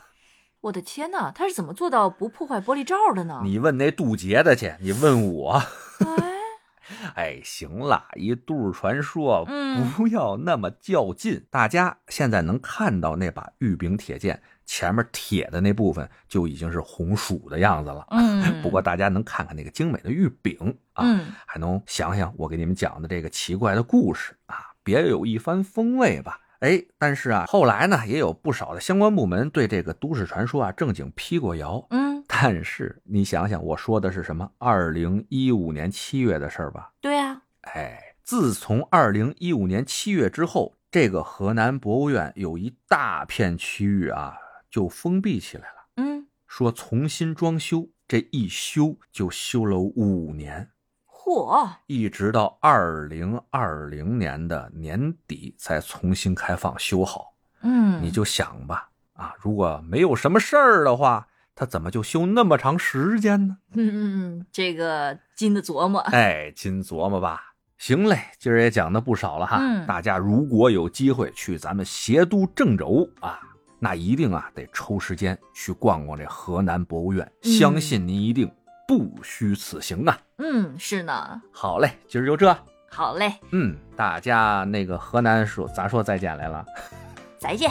[SPEAKER 2] 我的天哪，他是怎么做到不破坏玻璃罩的呢？
[SPEAKER 1] 你问那渡劫的去，你问我。
[SPEAKER 2] 哎，
[SPEAKER 1] 哎，行了，一度传说，
[SPEAKER 2] 嗯
[SPEAKER 1] 不要那么较劲。大家现在能看到那把玉柄铁剑前面铁的那部分就已经是红薯的样子了。
[SPEAKER 2] 嗯，
[SPEAKER 1] 不过大家能看看那个精美的玉柄啊，
[SPEAKER 2] 嗯，
[SPEAKER 1] 还能想想我给你们讲的这个奇怪的故事啊，别有一番风味吧。哎，但是啊，后来呢，也有不少的相关部门对这个都市传说啊正经辟过谣。
[SPEAKER 2] 嗯，
[SPEAKER 1] 但是你想想，我说的是什么？二零一五年七月的事儿吧？
[SPEAKER 2] 对啊呀、
[SPEAKER 1] 哎，自从二零一五年七月之后，这个河南博物院有一大片区域啊就封闭起来了，
[SPEAKER 2] 嗯，
[SPEAKER 1] 说重新装修。这一修就修了五年，
[SPEAKER 2] 嚯，
[SPEAKER 1] 一直到二零二零年的年底才重新开放修好。
[SPEAKER 2] 嗯，
[SPEAKER 1] 你就想吧，啊，如果没有什么事儿的话，他怎么就修那么长时间呢？
[SPEAKER 2] 嗯嗯嗯，这个经得琢 磨，
[SPEAKER 1] 哎，尽琢磨吧。行嘞，今儿也讲的不少了哈。
[SPEAKER 2] 嗯
[SPEAKER 1] 大家如果有机会去咱们协都郑州啊，那一定啊得抽时间去逛逛这河南博物院，
[SPEAKER 2] 嗯
[SPEAKER 1] 相信您一定不虚此行啊。
[SPEAKER 2] 嗯，是呢，
[SPEAKER 1] 好嘞，今儿就这。
[SPEAKER 2] 好嘞，
[SPEAKER 1] 嗯，大家那个河南说，咱说再见来了。
[SPEAKER 2] 再见。